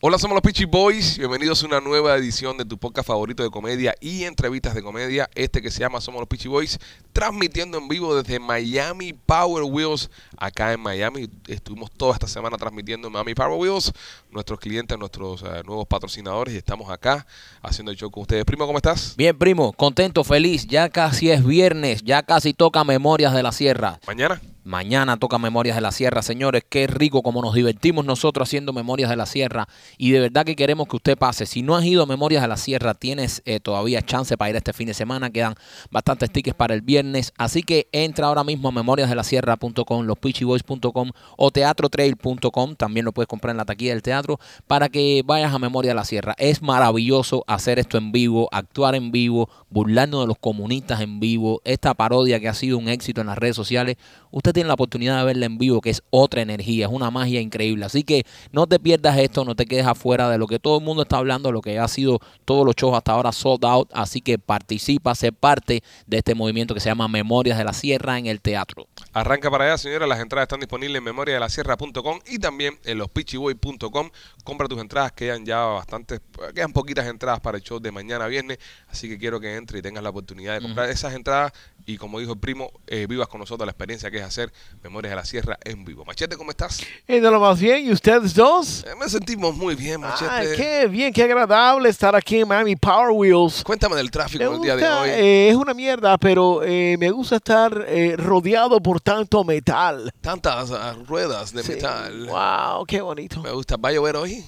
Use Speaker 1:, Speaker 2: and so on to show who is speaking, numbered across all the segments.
Speaker 1: Hola, somos los Peachy Boys. Bienvenidos a una nueva edición de tu podcast favorito de comedia y entrevistas de comedia. Este que se llama Somos los Peachy Boys, transmitiendo en vivo desde Miami Power Wheels. Acá en Miami estuvimos toda esta semana transmitiendo en Miami Power Wheels. Nuestros clientes, nuestros eh, nuevos patrocinadores, y estamos acá haciendo el show con ustedes. Primo, ¿cómo estás?
Speaker 2: Bien, primo, contento, feliz. Ya casi es viernes, ya casi toca Memorias de la Sierra.
Speaker 1: Mañana.
Speaker 2: Mañana toca Memorias de la Sierra, señores. Qué rico como nos divertimos nosotros haciendo Memorias de la Sierra. Y de verdad que queremos que usted pase. Si no has ido a Memorias de la Sierra, tienes eh, todavía chance para ir este fin de semana. Quedan bastantes tickets para el viernes. Así que entra ahora mismo a memoriasdelasierra.com, lospitchyboys.com o teatrotrail.com. También lo puedes comprar en la taquilla del teatro para que vayas a Memoria de la Sierra. Es maravilloso hacer esto en vivo, actuar en vivo, burlarnos de los comunistas en vivo. Esta parodia que ha sido un éxito en las redes sociales, usted tiene la oportunidad de verla en vivo, que es otra energía, es una magia increíble. Así que no te pierdas esto, no te quedes afuera de lo que todo el mundo está hablando, lo que ha sido todos los shows hasta ahora sold out. Así que participa, sé parte de este movimiento que se llama Memorias de la Sierra en el teatro.
Speaker 1: Arranca para allá, señora. Las entradas están disponibles en memoriadelasierra.com y también en lospitchyboy.com. Compra tus entradas, quedan ya bastantes, quedan poquitas entradas para el show de mañana viernes. Así que quiero que entre y tengas la oportunidad de comprar esas entradas. Y como dijo el primo, eh, vivas con nosotros la experiencia que es hacer Memorias de la Sierra en vivo. Machete, ¿cómo estás?
Speaker 3: Eh, de lo más bien, ¿y ustedes dos?
Speaker 1: Eh, me sentimos muy bien, Machete.
Speaker 3: Ay, Ah, qué bien, qué agradable estar aquí en Miami Power Wheels.
Speaker 1: Cuéntame del tráfico
Speaker 3: Me
Speaker 1: del día de
Speaker 3: gusta,
Speaker 1: hoy.
Speaker 3: eh, es una mierda, pero eh, me gusta estar eh, rodeado por tanto metal.
Speaker 1: Tantas ah, ruedas de metal.
Speaker 3: Wow, qué bonito.
Speaker 1: Me gusta. ¿Va a llover hoy?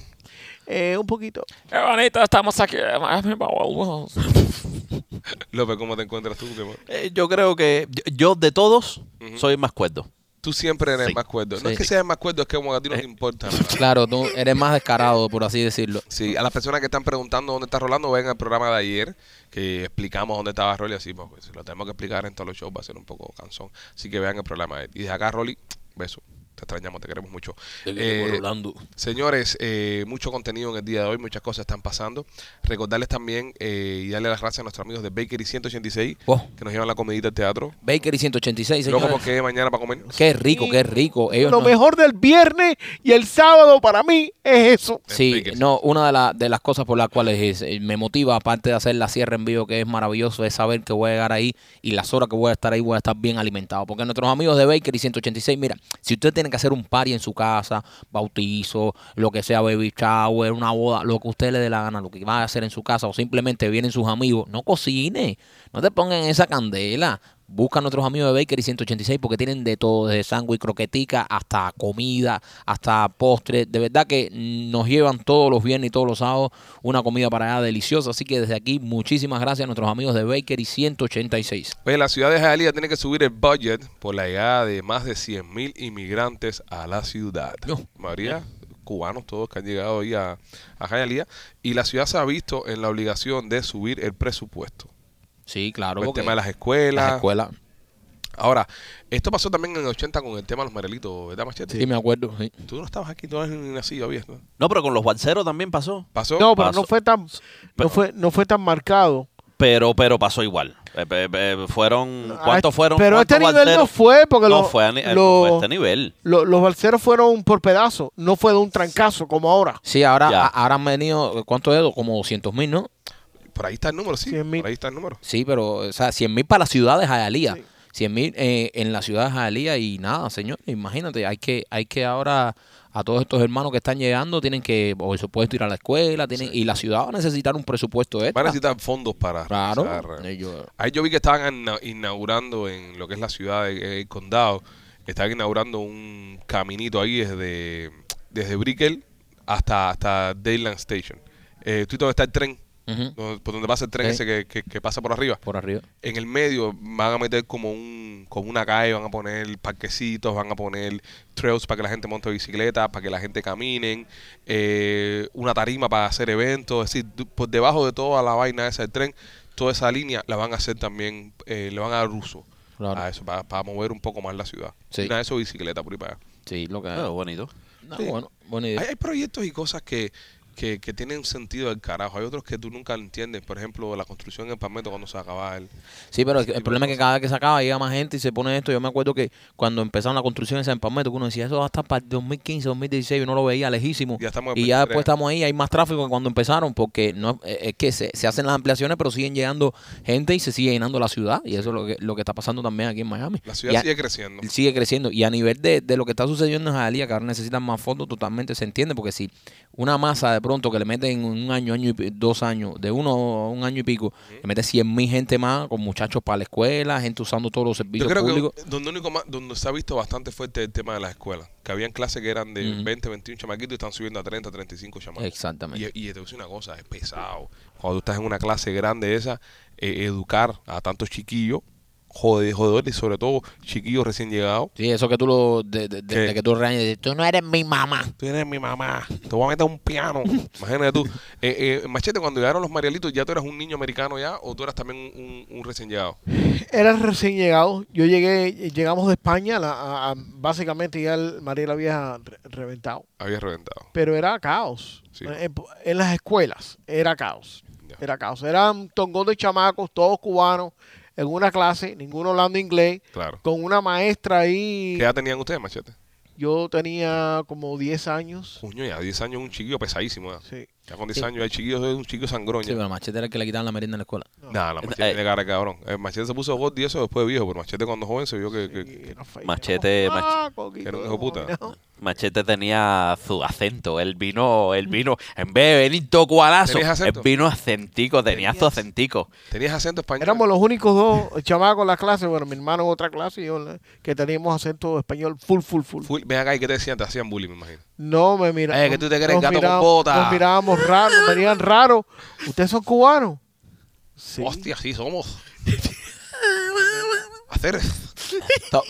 Speaker 3: Eh, un poquito.
Speaker 2: Qué bonito, estamos aquí. Miami Power Wheels.
Speaker 1: López, ¿cómo te encuentras tú? mi amor?
Speaker 4: Eh, yo creo que yo, yo de todos
Speaker 1: Ujú.
Speaker 4: soy el más cuerdo.
Speaker 1: Tú siempre eres
Speaker 4: Sí. Eh,
Speaker 1: más cuerdo. No
Speaker 2: Sí.
Speaker 1: es que seas más cuerdo, es que como a ti no te importa. ¿no?
Speaker 2: Claro, tú eres más descarado, por así decirlo.
Speaker 1: Sí, a las personas que están preguntando dónde está Rolando, ven al programa de ayer que explicamos dónde estaba Rolly. Así, pues, si lo tenemos que explicar en todos los shows, va a ser un poco cansón. Así que vean el programa de ayer. Y de acá, Rolly, beso. Te extrañamos, te queremos mucho. Eh, Señores, eh, mucho contenido en el día de hoy, muchas cosas están pasando. Recordarles también eh, y darle las gracias a nuestros amigos de Bakery 186
Speaker 2: Oh.
Speaker 1: que nos llevan la comidita al teatro.
Speaker 2: Bakery 186,
Speaker 1: Luego,
Speaker 2: señores.
Speaker 1: como que mañana para comer.
Speaker 2: Qué rico, qué rico. Ellos
Speaker 3: lo
Speaker 2: no-
Speaker 3: mejor del viernes y el sábado para mí es eso.
Speaker 2: Sí,
Speaker 1: Explíquese.
Speaker 2: no, una de, la- de las cosas por las cuales eh, me motiva, aparte de hacer la sierra en vivo, que es maravilloso, es saber que voy a llegar ahí y las horas que voy a estar ahí voy a estar bien alimentado. Porque nuestros amigos de Bakery 186, mira, si usted tiene que hacer un party en su casa, bautizo, lo que sea, baby shower, una boda, lo que usted le dé la gana, lo que va a hacer en su casa o simplemente vienen sus amigos, no cocine, no te pongan esa candela. Busca a nuestros amigos de Bakery 186 porque tienen de todo, desde sándwich, croquetica, hasta comida, hasta postre. De verdad que nos llevan todos los viernes y todos los sábados una comida para allá deliciosa. Así que desde aquí, muchísimas gracias a nuestros amigos de Bakery 186.
Speaker 1: Oye, la ciudad de Jalía tiene que subir el budget por la llegada de más de 100.000 inmigrantes a la ciudad.
Speaker 2: No.
Speaker 1: María, cubanos todos que han llegado ahí a, a Hialeah. Y la ciudad se ha visto en la obligación de subir el presupuesto.
Speaker 2: Sí, claro.
Speaker 1: Por el
Speaker 2: porque
Speaker 1: Pues tema de las escuelas.
Speaker 2: las escuelas.
Speaker 1: Ahora, esto pasó también en el 80 con el tema de los marelitos, ¿verdad, Machete?
Speaker 2: Sí, me acuerdo. sí.
Speaker 1: Tú no estabas aquí, tú no eras ni nacido, habías, ¿no?
Speaker 4: No, pero con los balseros también pasó.
Speaker 1: ¿Pasó?
Speaker 3: No, pero
Speaker 4: Paso.
Speaker 3: no fue tan, no fue, no fue tan marcado.
Speaker 4: Pero, pero pasó igual. Eh, pe- pe- fueron, ¿cuántos
Speaker 3: Ah,
Speaker 4: fueron?
Speaker 3: Pero
Speaker 4: ¿Cuántos
Speaker 3: este nivel no
Speaker 4: balseros?
Speaker 3: fue porque
Speaker 4: No,
Speaker 3: lo-
Speaker 4: fue a ni- eh,
Speaker 3: lo-
Speaker 4: fue a este nivel.
Speaker 3: lo- los balseros fueron por pedazo, no fue de un trancazo como ahora.
Speaker 2: Sí, ahora,
Speaker 4: Ya.
Speaker 2: a- ahora han venido, ¿cuánto es? Como 200 mil, ¿no?
Speaker 1: Por ahí está el número, sí.
Speaker 3: 100.000.
Speaker 1: Por ahí está el número.
Speaker 2: Sí, pero, o sea, 100 mil para la ciudad de Jayalía. 100 mil eh, en la ciudad de Jayalía y nada, señor, imagínate, hay que, hay que ahora a todos estos hermanos que están llegando tienen que, por supuesto, ir a la escuela, tienen, y la ciudad va a necesitar un presupuesto
Speaker 1: Van a
Speaker 2: extra.
Speaker 1: necesitar fondos para...
Speaker 2: Claro.
Speaker 1: realizar, eh.
Speaker 2: Ellos-
Speaker 1: Ahí yo vi que estaban ana- inaugurando en lo que es la ciudad, de- el condado, estaban inaugurando un caminito ahí desde, desde Brickell hasta, hasta Dayland Station. Eh, ¿Tú dónde está el tren?
Speaker 2: Ujú,
Speaker 1: Donde- Por donde pasa el tren
Speaker 2: Sí.
Speaker 1: ese que, que- que pasa por arriba.
Speaker 2: Por arriba.
Speaker 1: En el medio van a meter como un como una calle, van a poner parquecitos, van a poner trails para que la gente monte bicicleta, para que la gente caminen, eh, una tarima para hacer eventos, es decir, du- por debajo de toda la vaina esa del tren, toda esa línea la van a hacer también, eh, le van a dar uso
Speaker 2: Claro.
Speaker 1: a eso, para, para mover un poco más la ciudad.
Speaker 2: Sí.
Speaker 1: Y Una de esas bicicletas por ahí para allá.
Speaker 2: Sí, lo que.
Speaker 4: Ah, bonito.
Speaker 2: No,
Speaker 1: sí.
Speaker 2: bueno, buena idea.
Speaker 1: Hay, hay proyectos y cosas que, que, que tienen sentido del carajo. Hay otros que tú nunca entiendes. Por ejemplo, la construcción del pavimento cuando se acaba el...
Speaker 2: Sí, pero el, el problema es que cada vez que se acaba llega más gente y se pone esto. Yo me acuerdo que cuando empezaron la construcción en San Palmetto, que uno decía, eso va a estar para el 2015, 2016, uno lo veía lejísimo.
Speaker 1: Ya estamos en
Speaker 2: y ya
Speaker 1: 23.
Speaker 2: después estamos ahí, hay más tráfico que cuando empezaron, porque no eh, es que se, se hacen las ampliaciones, pero siguen llegando gente y se sigue llenando la ciudad. Y eso es lo que, lo que está pasando también aquí en Miami.
Speaker 1: La ciudad
Speaker 2: Y a-
Speaker 1: sigue creciendo.
Speaker 2: sigue creciendo. Y a nivel de, de lo que está sucediendo en Jalía, que ahora necesitan más fondos, totalmente se entiende, porque si una masa de pronto que le meten un año, año y pi- dos años, de uno a un año y pico, le meten 100 mil gente más, con muchachos para la escuela, gente usando todos los
Speaker 1: Yo
Speaker 2: servicios
Speaker 1: creo
Speaker 2: públicos.
Speaker 1: que donde, único más- donde se ha visto bastante fuerte el tema de las escuelas. Que habían clases que eran de
Speaker 2: Ujú.
Speaker 1: 20, 21 chamaquitos y están subiendo a 30, 35 chamaquitos.
Speaker 2: Exactamente.
Speaker 1: Y, y te voy a decir una cosa, es pesado. Cuando tú estás en una clase grande esa, eh, educar a tantos chiquillos, jode- jodedores, y sobre todo chiquillos recién llegados.
Speaker 2: Sí, eso que tú lo, de, de- de-
Speaker 1: ¿Qué?
Speaker 2: de que tú reañas, de, tú no eres mi mamá.
Speaker 1: Tú eres mi mamá, te voy a meter un piano. Imagínate tú. Eh, eh, machete, cuando llegaron los Marielitos, ¿ya tú eras un niño americano ya o tú eras también un, un- un recién llegado?
Speaker 3: Era recién llegado. Yo llegué, llegamos de España, la- a- a- básicamente ya el Mariela había re- reventado.
Speaker 1: Habías reventado.
Speaker 3: Pero era caos. Eh,
Speaker 1: Sí.
Speaker 3: En, en las escuelas era caos.
Speaker 1: Ya.
Speaker 3: Era caos. Era un tongón de chamacos, todos cubanos, en una clase, ninguno hablando inglés,
Speaker 1: Claro.
Speaker 3: con una maestra ahí.
Speaker 1: ¿Qué edad tenían ustedes, Machete?
Speaker 3: Yo tenía como 10 años.
Speaker 1: Coño, ya 10 años es un chiquillo pesadísimo. Ya,
Speaker 3: Sí.
Speaker 1: Ya con 10
Speaker 2: Sí.
Speaker 1: años, el chiquillo es un chiquillo sangroño.
Speaker 2: Sí, pero machete era el que le quitaban la merienda en la escuela.
Speaker 1: Nah, la machete
Speaker 4: Eh,
Speaker 1: tiene cara de cabrón. El machete se puso gordo y eso después de viejo, pero machete cuando joven se vio que, que- que-
Speaker 3: Era feo.
Speaker 4: Machete,
Speaker 3: Ah,
Speaker 4: mach-
Speaker 3: coquito,
Speaker 1: era un hijo puta.
Speaker 3: combinado.
Speaker 4: Machete tenía su acento, él vino, él vino, en vez de venir todo cualazo,
Speaker 1: ¿Tenías
Speaker 4: él
Speaker 1: acento?
Speaker 4: vino acentico, tenía su
Speaker 3: Tenías-
Speaker 4: acentico.
Speaker 1: tenías acento español.
Speaker 3: Éramos los únicos dos chamacos en la clase, bueno, mi hermano en otra clase y yo, en la- que teníamos acento español full, full, full.
Speaker 1: Fui- ven acá y qué te decían, te hacían bullying, me imagino.
Speaker 3: No me miraban.
Speaker 1: Eh, que tú te crees gato con bota.
Speaker 3: Nos mirábamos raro, nos venían raro. ¿Ustedes son cubanos? Sí.
Speaker 1: Hostia, sí somos. Hacer,
Speaker 2: To-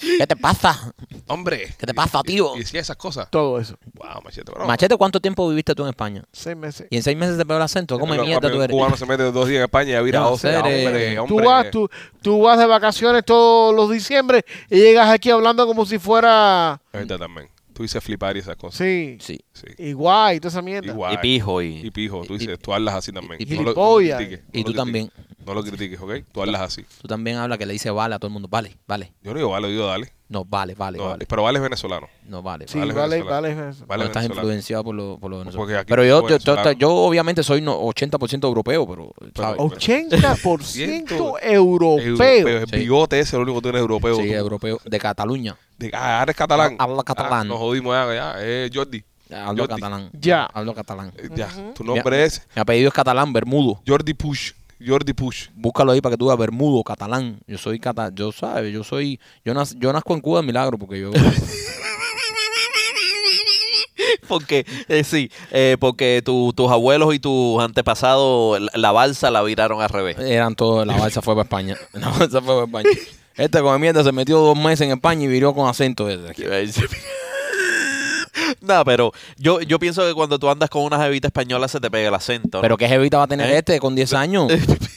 Speaker 2: ¿Qué te pasa?
Speaker 1: hombre.
Speaker 2: ¿Qué te pasa, tío?
Speaker 1: Y, decía esas cosas.
Speaker 3: Todo eso.
Speaker 1: Wow, machete, bro.
Speaker 2: Machete, ¿cuánto tiempo viviste tú en España?
Speaker 3: Seis meses.
Speaker 2: Y en seis meses te pegó el acento. ¿Cómo mierda tú
Speaker 1: Un
Speaker 2: eres?
Speaker 1: cubano se mete dos días en España y ya vira
Speaker 2: No,
Speaker 1: 12.
Speaker 2: ser, eh,
Speaker 1: hombre, hombre.
Speaker 3: Tú vas, tú, tú vas de vacaciones todos los diciembre y llegas aquí hablando como si fuera.
Speaker 1: Ahorita también. Tú dices flipar y esas cosas.
Speaker 3: Sí.
Speaker 2: Sí.
Speaker 1: Sí.
Speaker 3: Igual, y toda esa mierda.
Speaker 1: Igual.
Speaker 4: Y pijo y...
Speaker 1: Y pijo. Tú
Speaker 2: y-
Speaker 1: dices, tú hablas así también.
Speaker 2: y-
Speaker 1: No lo- no lo
Speaker 3: gilipollas.
Speaker 1: critiques, no lo
Speaker 2: Y tú
Speaker 1: critiques.
Speaker 2: también.
Speaker 1: No lo critiques, ¿ok? Tú hablas así.
Speaker 2: Tú también hablas que le dices vale a todo el mundo. Vale, vale.
Speaker 1: Yo no digo vale, digo dale.
Speaker 2: No, vale, vale,
Speaker 1: No,
Speaker 2: vale.
Speaker 1: Pero vale es venezolano.
Speaker 2: No, vale.
Speaker 3: Sí,
Speaker 2: vale.
Speaker 1: Vale,
Speaker 3: vale, vale.
Speaker 1: Vale
Speaker 2: No estás
Speaker 1: venezolano.
Speaker 2: influenciado por lo, por lo venezolano.
Speaker 1: Porque aquí
Speaker 2: Pero yo,
Speaker 1: somos
Speaker 2: yo, yo-
Speaker 1: venezolanos.
Speaker 2: yo obviamente soy no- 80% europeo, pero, ¿sabes?
Speaker 3: 80% europeo.
Speaker 1: El
Speaker 2: Sí.
Speaker 1: bigote ese es el único que tú eres europeo.
Speaker 2: Sí,
Speaker 1: tú.
Speaker 2: europeo. De Cataluña.
Speaker 1: De- ah, eres catalán.
Speaker 2: Habla- habla catalán.
Speaker 1: Ah, nos jodimos ya, ya. Eh, Jordi.
Speaker 2: Hablo
Speaker 1: Jordi.
Speaker 2: catalán.
Speaker 3: Ya.
Speaker 2: Hablo catalán.
Speaker 1: Eh, ya, tu
Speaker 2: Mi-
Speaker 1: nombre es
Speaker 2: Mi apellido es catalán, Bermudo.
Speaker 1: Jordi Push. Jordi Push.
Speaker 2: Búscalo ahí para que tú veas Bermudo, catalán. Yo soy catalán. Yo, ¿sabes? Yo soy. Yo, nac- yo nazco en Cuba de milagro porque yo.
Speaker 4: Porque, eh, sí, eh, porque tu- tus abuelos y tus antepasados la, la balsa la viraron al revés.
Speaker 2: Eran todos, la balsa fue para España. La balsa fue para España. Este con mierda se metió dos meses en España y viró con acento ese.
Speaker 4: no, pero yo, yo pienso que cuando tú andas con una jevita española se te pega el acento. ¿no?
Speaker 2: Pero qué jevita va a tener
Speaker 4: ¿Eh?
Speaker 2: este con 10 años.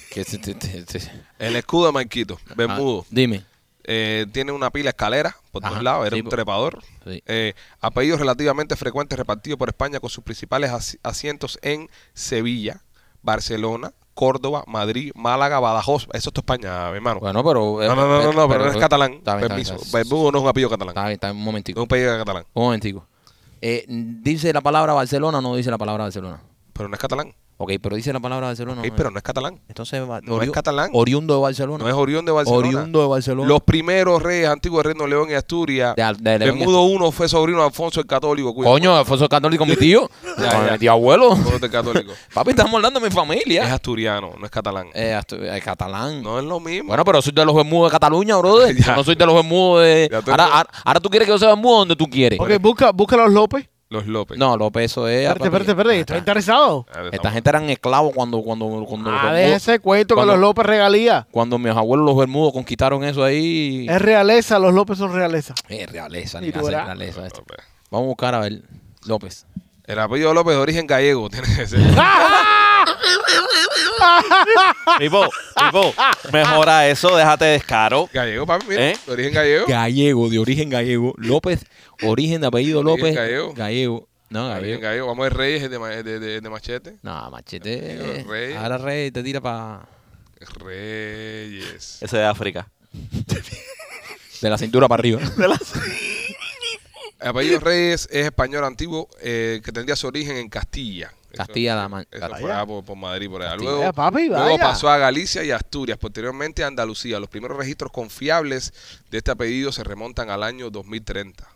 Speaker 2: Que se- te- te- te-
Speaker 1: El escudo de Marquito. Bermudo.
Speaker 2: Ah, dime.
Speaker 1: Eh, tiene una pila de escalera por
Speaker 2: Ajá,
Speaker 1: todos lados, era
Speaker 2: sí,
Speaker 1: un
Speaker 2: po-
Speaker 1: trepador.
Speaker 2: sí.
Speaker 1: Eh, apellidos relativamente frecuentes repartidos por España con sus principales as- asientos en Sevilla, Barcelona, Córdoba, Madrid, Málaga, Badajoz. Eso es tu España, mi hermano.
Speaker 2: Bueno, pero. pues,
Speaker 1: no, no, no, no, no, pero no es catalán.
Speaker 2: Está bien, está bien,
Speaker 1: Permiso.
Speaker 2: está bien.
Speaker 1: Bermudo no es un apellido catalán.
Speaker 2: Está bien, está bien, un
Speaker 1: No es
Speaker 2: momentico.
Speaker 1: un apellido catalán.
Speaker 2: Un momentico. Eh, ¿Dice la palabra Barcelona o no dice la palabra Barcelona?
Speaker 1: Pero no es catalán.
Speaker 2: Ok, pero dice la palabra Barcelona.
Speaker 1: Ey,
Speaker 2: ¿no?
Speaker 1: pero no es catalán.
Speaker 2: Entonces, va-
Speaker 1: no es catalán.
Speaker 2: Oriundo de Barcelona.
Speaker 1: No es Orión de Barcelona.
Speaker 2: Oriundo de Barcelona.
Speaker 1: Los primeros reyes antiguos de Reino de León y Asturias.
Speaker 2: De Al- de León y
Speaker 1: Bermudo I fue sobrino de Alfonso el Católico. cuidado.
Speaker 2: Coño, Alfonso Católico, mi tío.
Speaker 1: Ya,
Speaker 2: Con
Speaker 1: ya.
Speaker 2: Mi tío abuelo.
Speaker 1: Alfonso el Católico.
Speaker 2: Papi, estamos hablando de mi
Speaker 1: es
Speaker 2: familia.
Speaker 1: asturiano, no es catalán.
Speaker 2: Eh, hasta- eh, catalán.
Speaker 1: No es lo mismo.
Speaker 2: Bueno, pero soy de los Bermudos de Cataluña, brother.
Speaker 1: Ya.
Speaker 2: Yo no soy de los Bermudos de.
Speaker 1: Ya tú
Speaker 2: Ahora,
Speaker 1: eres-
Speaker 2: ahora, ahora tú quieres que yo sea Bermudo donde tú quieres.
Speaker 3: Ok, busca, busca a los López.
Speaker 1: Los López.
Speaker 2: No, López, eso es.
Speaker 3: Espérate, espérate, espérate. ¿Estás interesado?
Speaker 1: Ah, de
Speaker 2: Esta
Speaker 1: Zamora.
Speaker 2: gente eran esclavos cuando, cuando, cuando, los
Speaker 3: Ah,
Speaker 2: Bermudos-
Speaker 3: deja ese cuento que
Speaker 2: cuando-
Speaker 3: los López regalía.
Speaker 2: cuando mis abuelos los Bermudos conquistaron eso ahí.
Speaker 3: Es realeza, los López son realeza.
Speaker 2: Eh, realeza,
Speaker 3: Eh. Y
Speaker 2: ni
Speaker 3: tú
Speaker 2: hace
Speaker 3: verás.
Speaker 2: realeza esto.
Speaker 1: López.
Speaker 2: Vamos a buscar a ver. López.
Speaker 1: El apellido López de origen gallego tiene que ser.
Speaker 4: Pipo, Pipo, mejora eso, déjate descaro.
Speaker 1: Gallego, papi, mira.
Speaker 4: ¿Eh?
Speaker 1: De origen gallego.
Speaker 2: Gallego, de origen gallego. López, origen de apellido
Speaker 1: Origen
Speaker 2: López.
Speaker 1: gallego.
Speaker 2: Gallego. No,
Speaker 1: Gabriel
Speaker 2: Gabriel.
Speaker 1: Gallo. Vamos a ver Reyes el de, ma- el de- de- de Machete.
Speaker 2: No, machete.
Speaker 1: Amigo, Rey.
Speaker 2: Ahora Rey te tira para.
Speaker 1: Reyes.
Speaker 4: Ese de África.
Speaker 2: De la cintura para arriba.
Speaker 1: El apellido Reyes es español antiguo eh, que tendría su origen en Castilla. Eso-
Speaker 2: Castilla la Mancha.
Speaker 1: Eso
Speaker 3: Vaya.
Speaker 1: fue allá por, por Madrid, por allá.
Speaker 2: Castilla,
Speaker 1: Luego,
Speaker 3: papi,
Speaker 1: luego
Speaker 3: vaya.
Speaker 1: pasó a Galicia y Asturias, posteriormente a Andalucía. Los primeros registros confiables de este apellido se remontan al año 2030.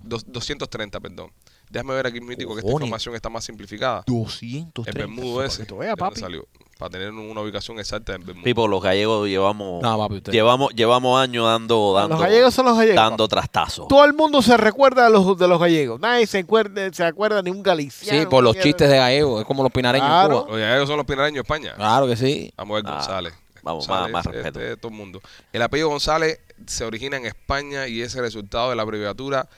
Speaker 1: Dos- 230, perdón. Déjame ver aquí, mítico, que esta
Speaker 2: Cojones.
Speaker 1: información está más simplificada. El
Speaker 2: 230.
Speaker 1: Bermudo ese.
Speaker 3: que tú veas,
Speaker 1: ¿de dónde
Speaker 3: papi.
Speaker 1: salió? Para tener una ubicación exacta en Bermudo.
Speaker 4: Pipo, los gallegos llevamos,
Speaker 2: No, papi, usted.
Speaker 4: llevamos, llevamos años dando, dando,
Speaker 3: Los gallegos son los gallegos. papi.
Speaker 4: dando trastazos.
Speaker 2: Oh.
Speaker 3: Todo el mundo se recuerda de los, de los gallegos. Nadie se acuerda, se acuerda de un galiciano.
Speaker 2: Sí, por los chistes de gallego. Es como los pinareños en
Speaker 3: Claro.
Speaker 2: Cuba.
Speaker 1: Oye, ellos son los pinareños de España.
Speaker 2: Claro que sí.
Speaker 1: Vamos a ver
Speaker 4: Ah,
Speaker 1: González.
Speaker 4: vamos,
Speaker 1: González
Speaker 4: más- más
Speaker 1: es-
Speaker 4: respeto.
Speaker 1: es de todo el mundo. El apellido González se origina en España y es el resultado de la abreviatura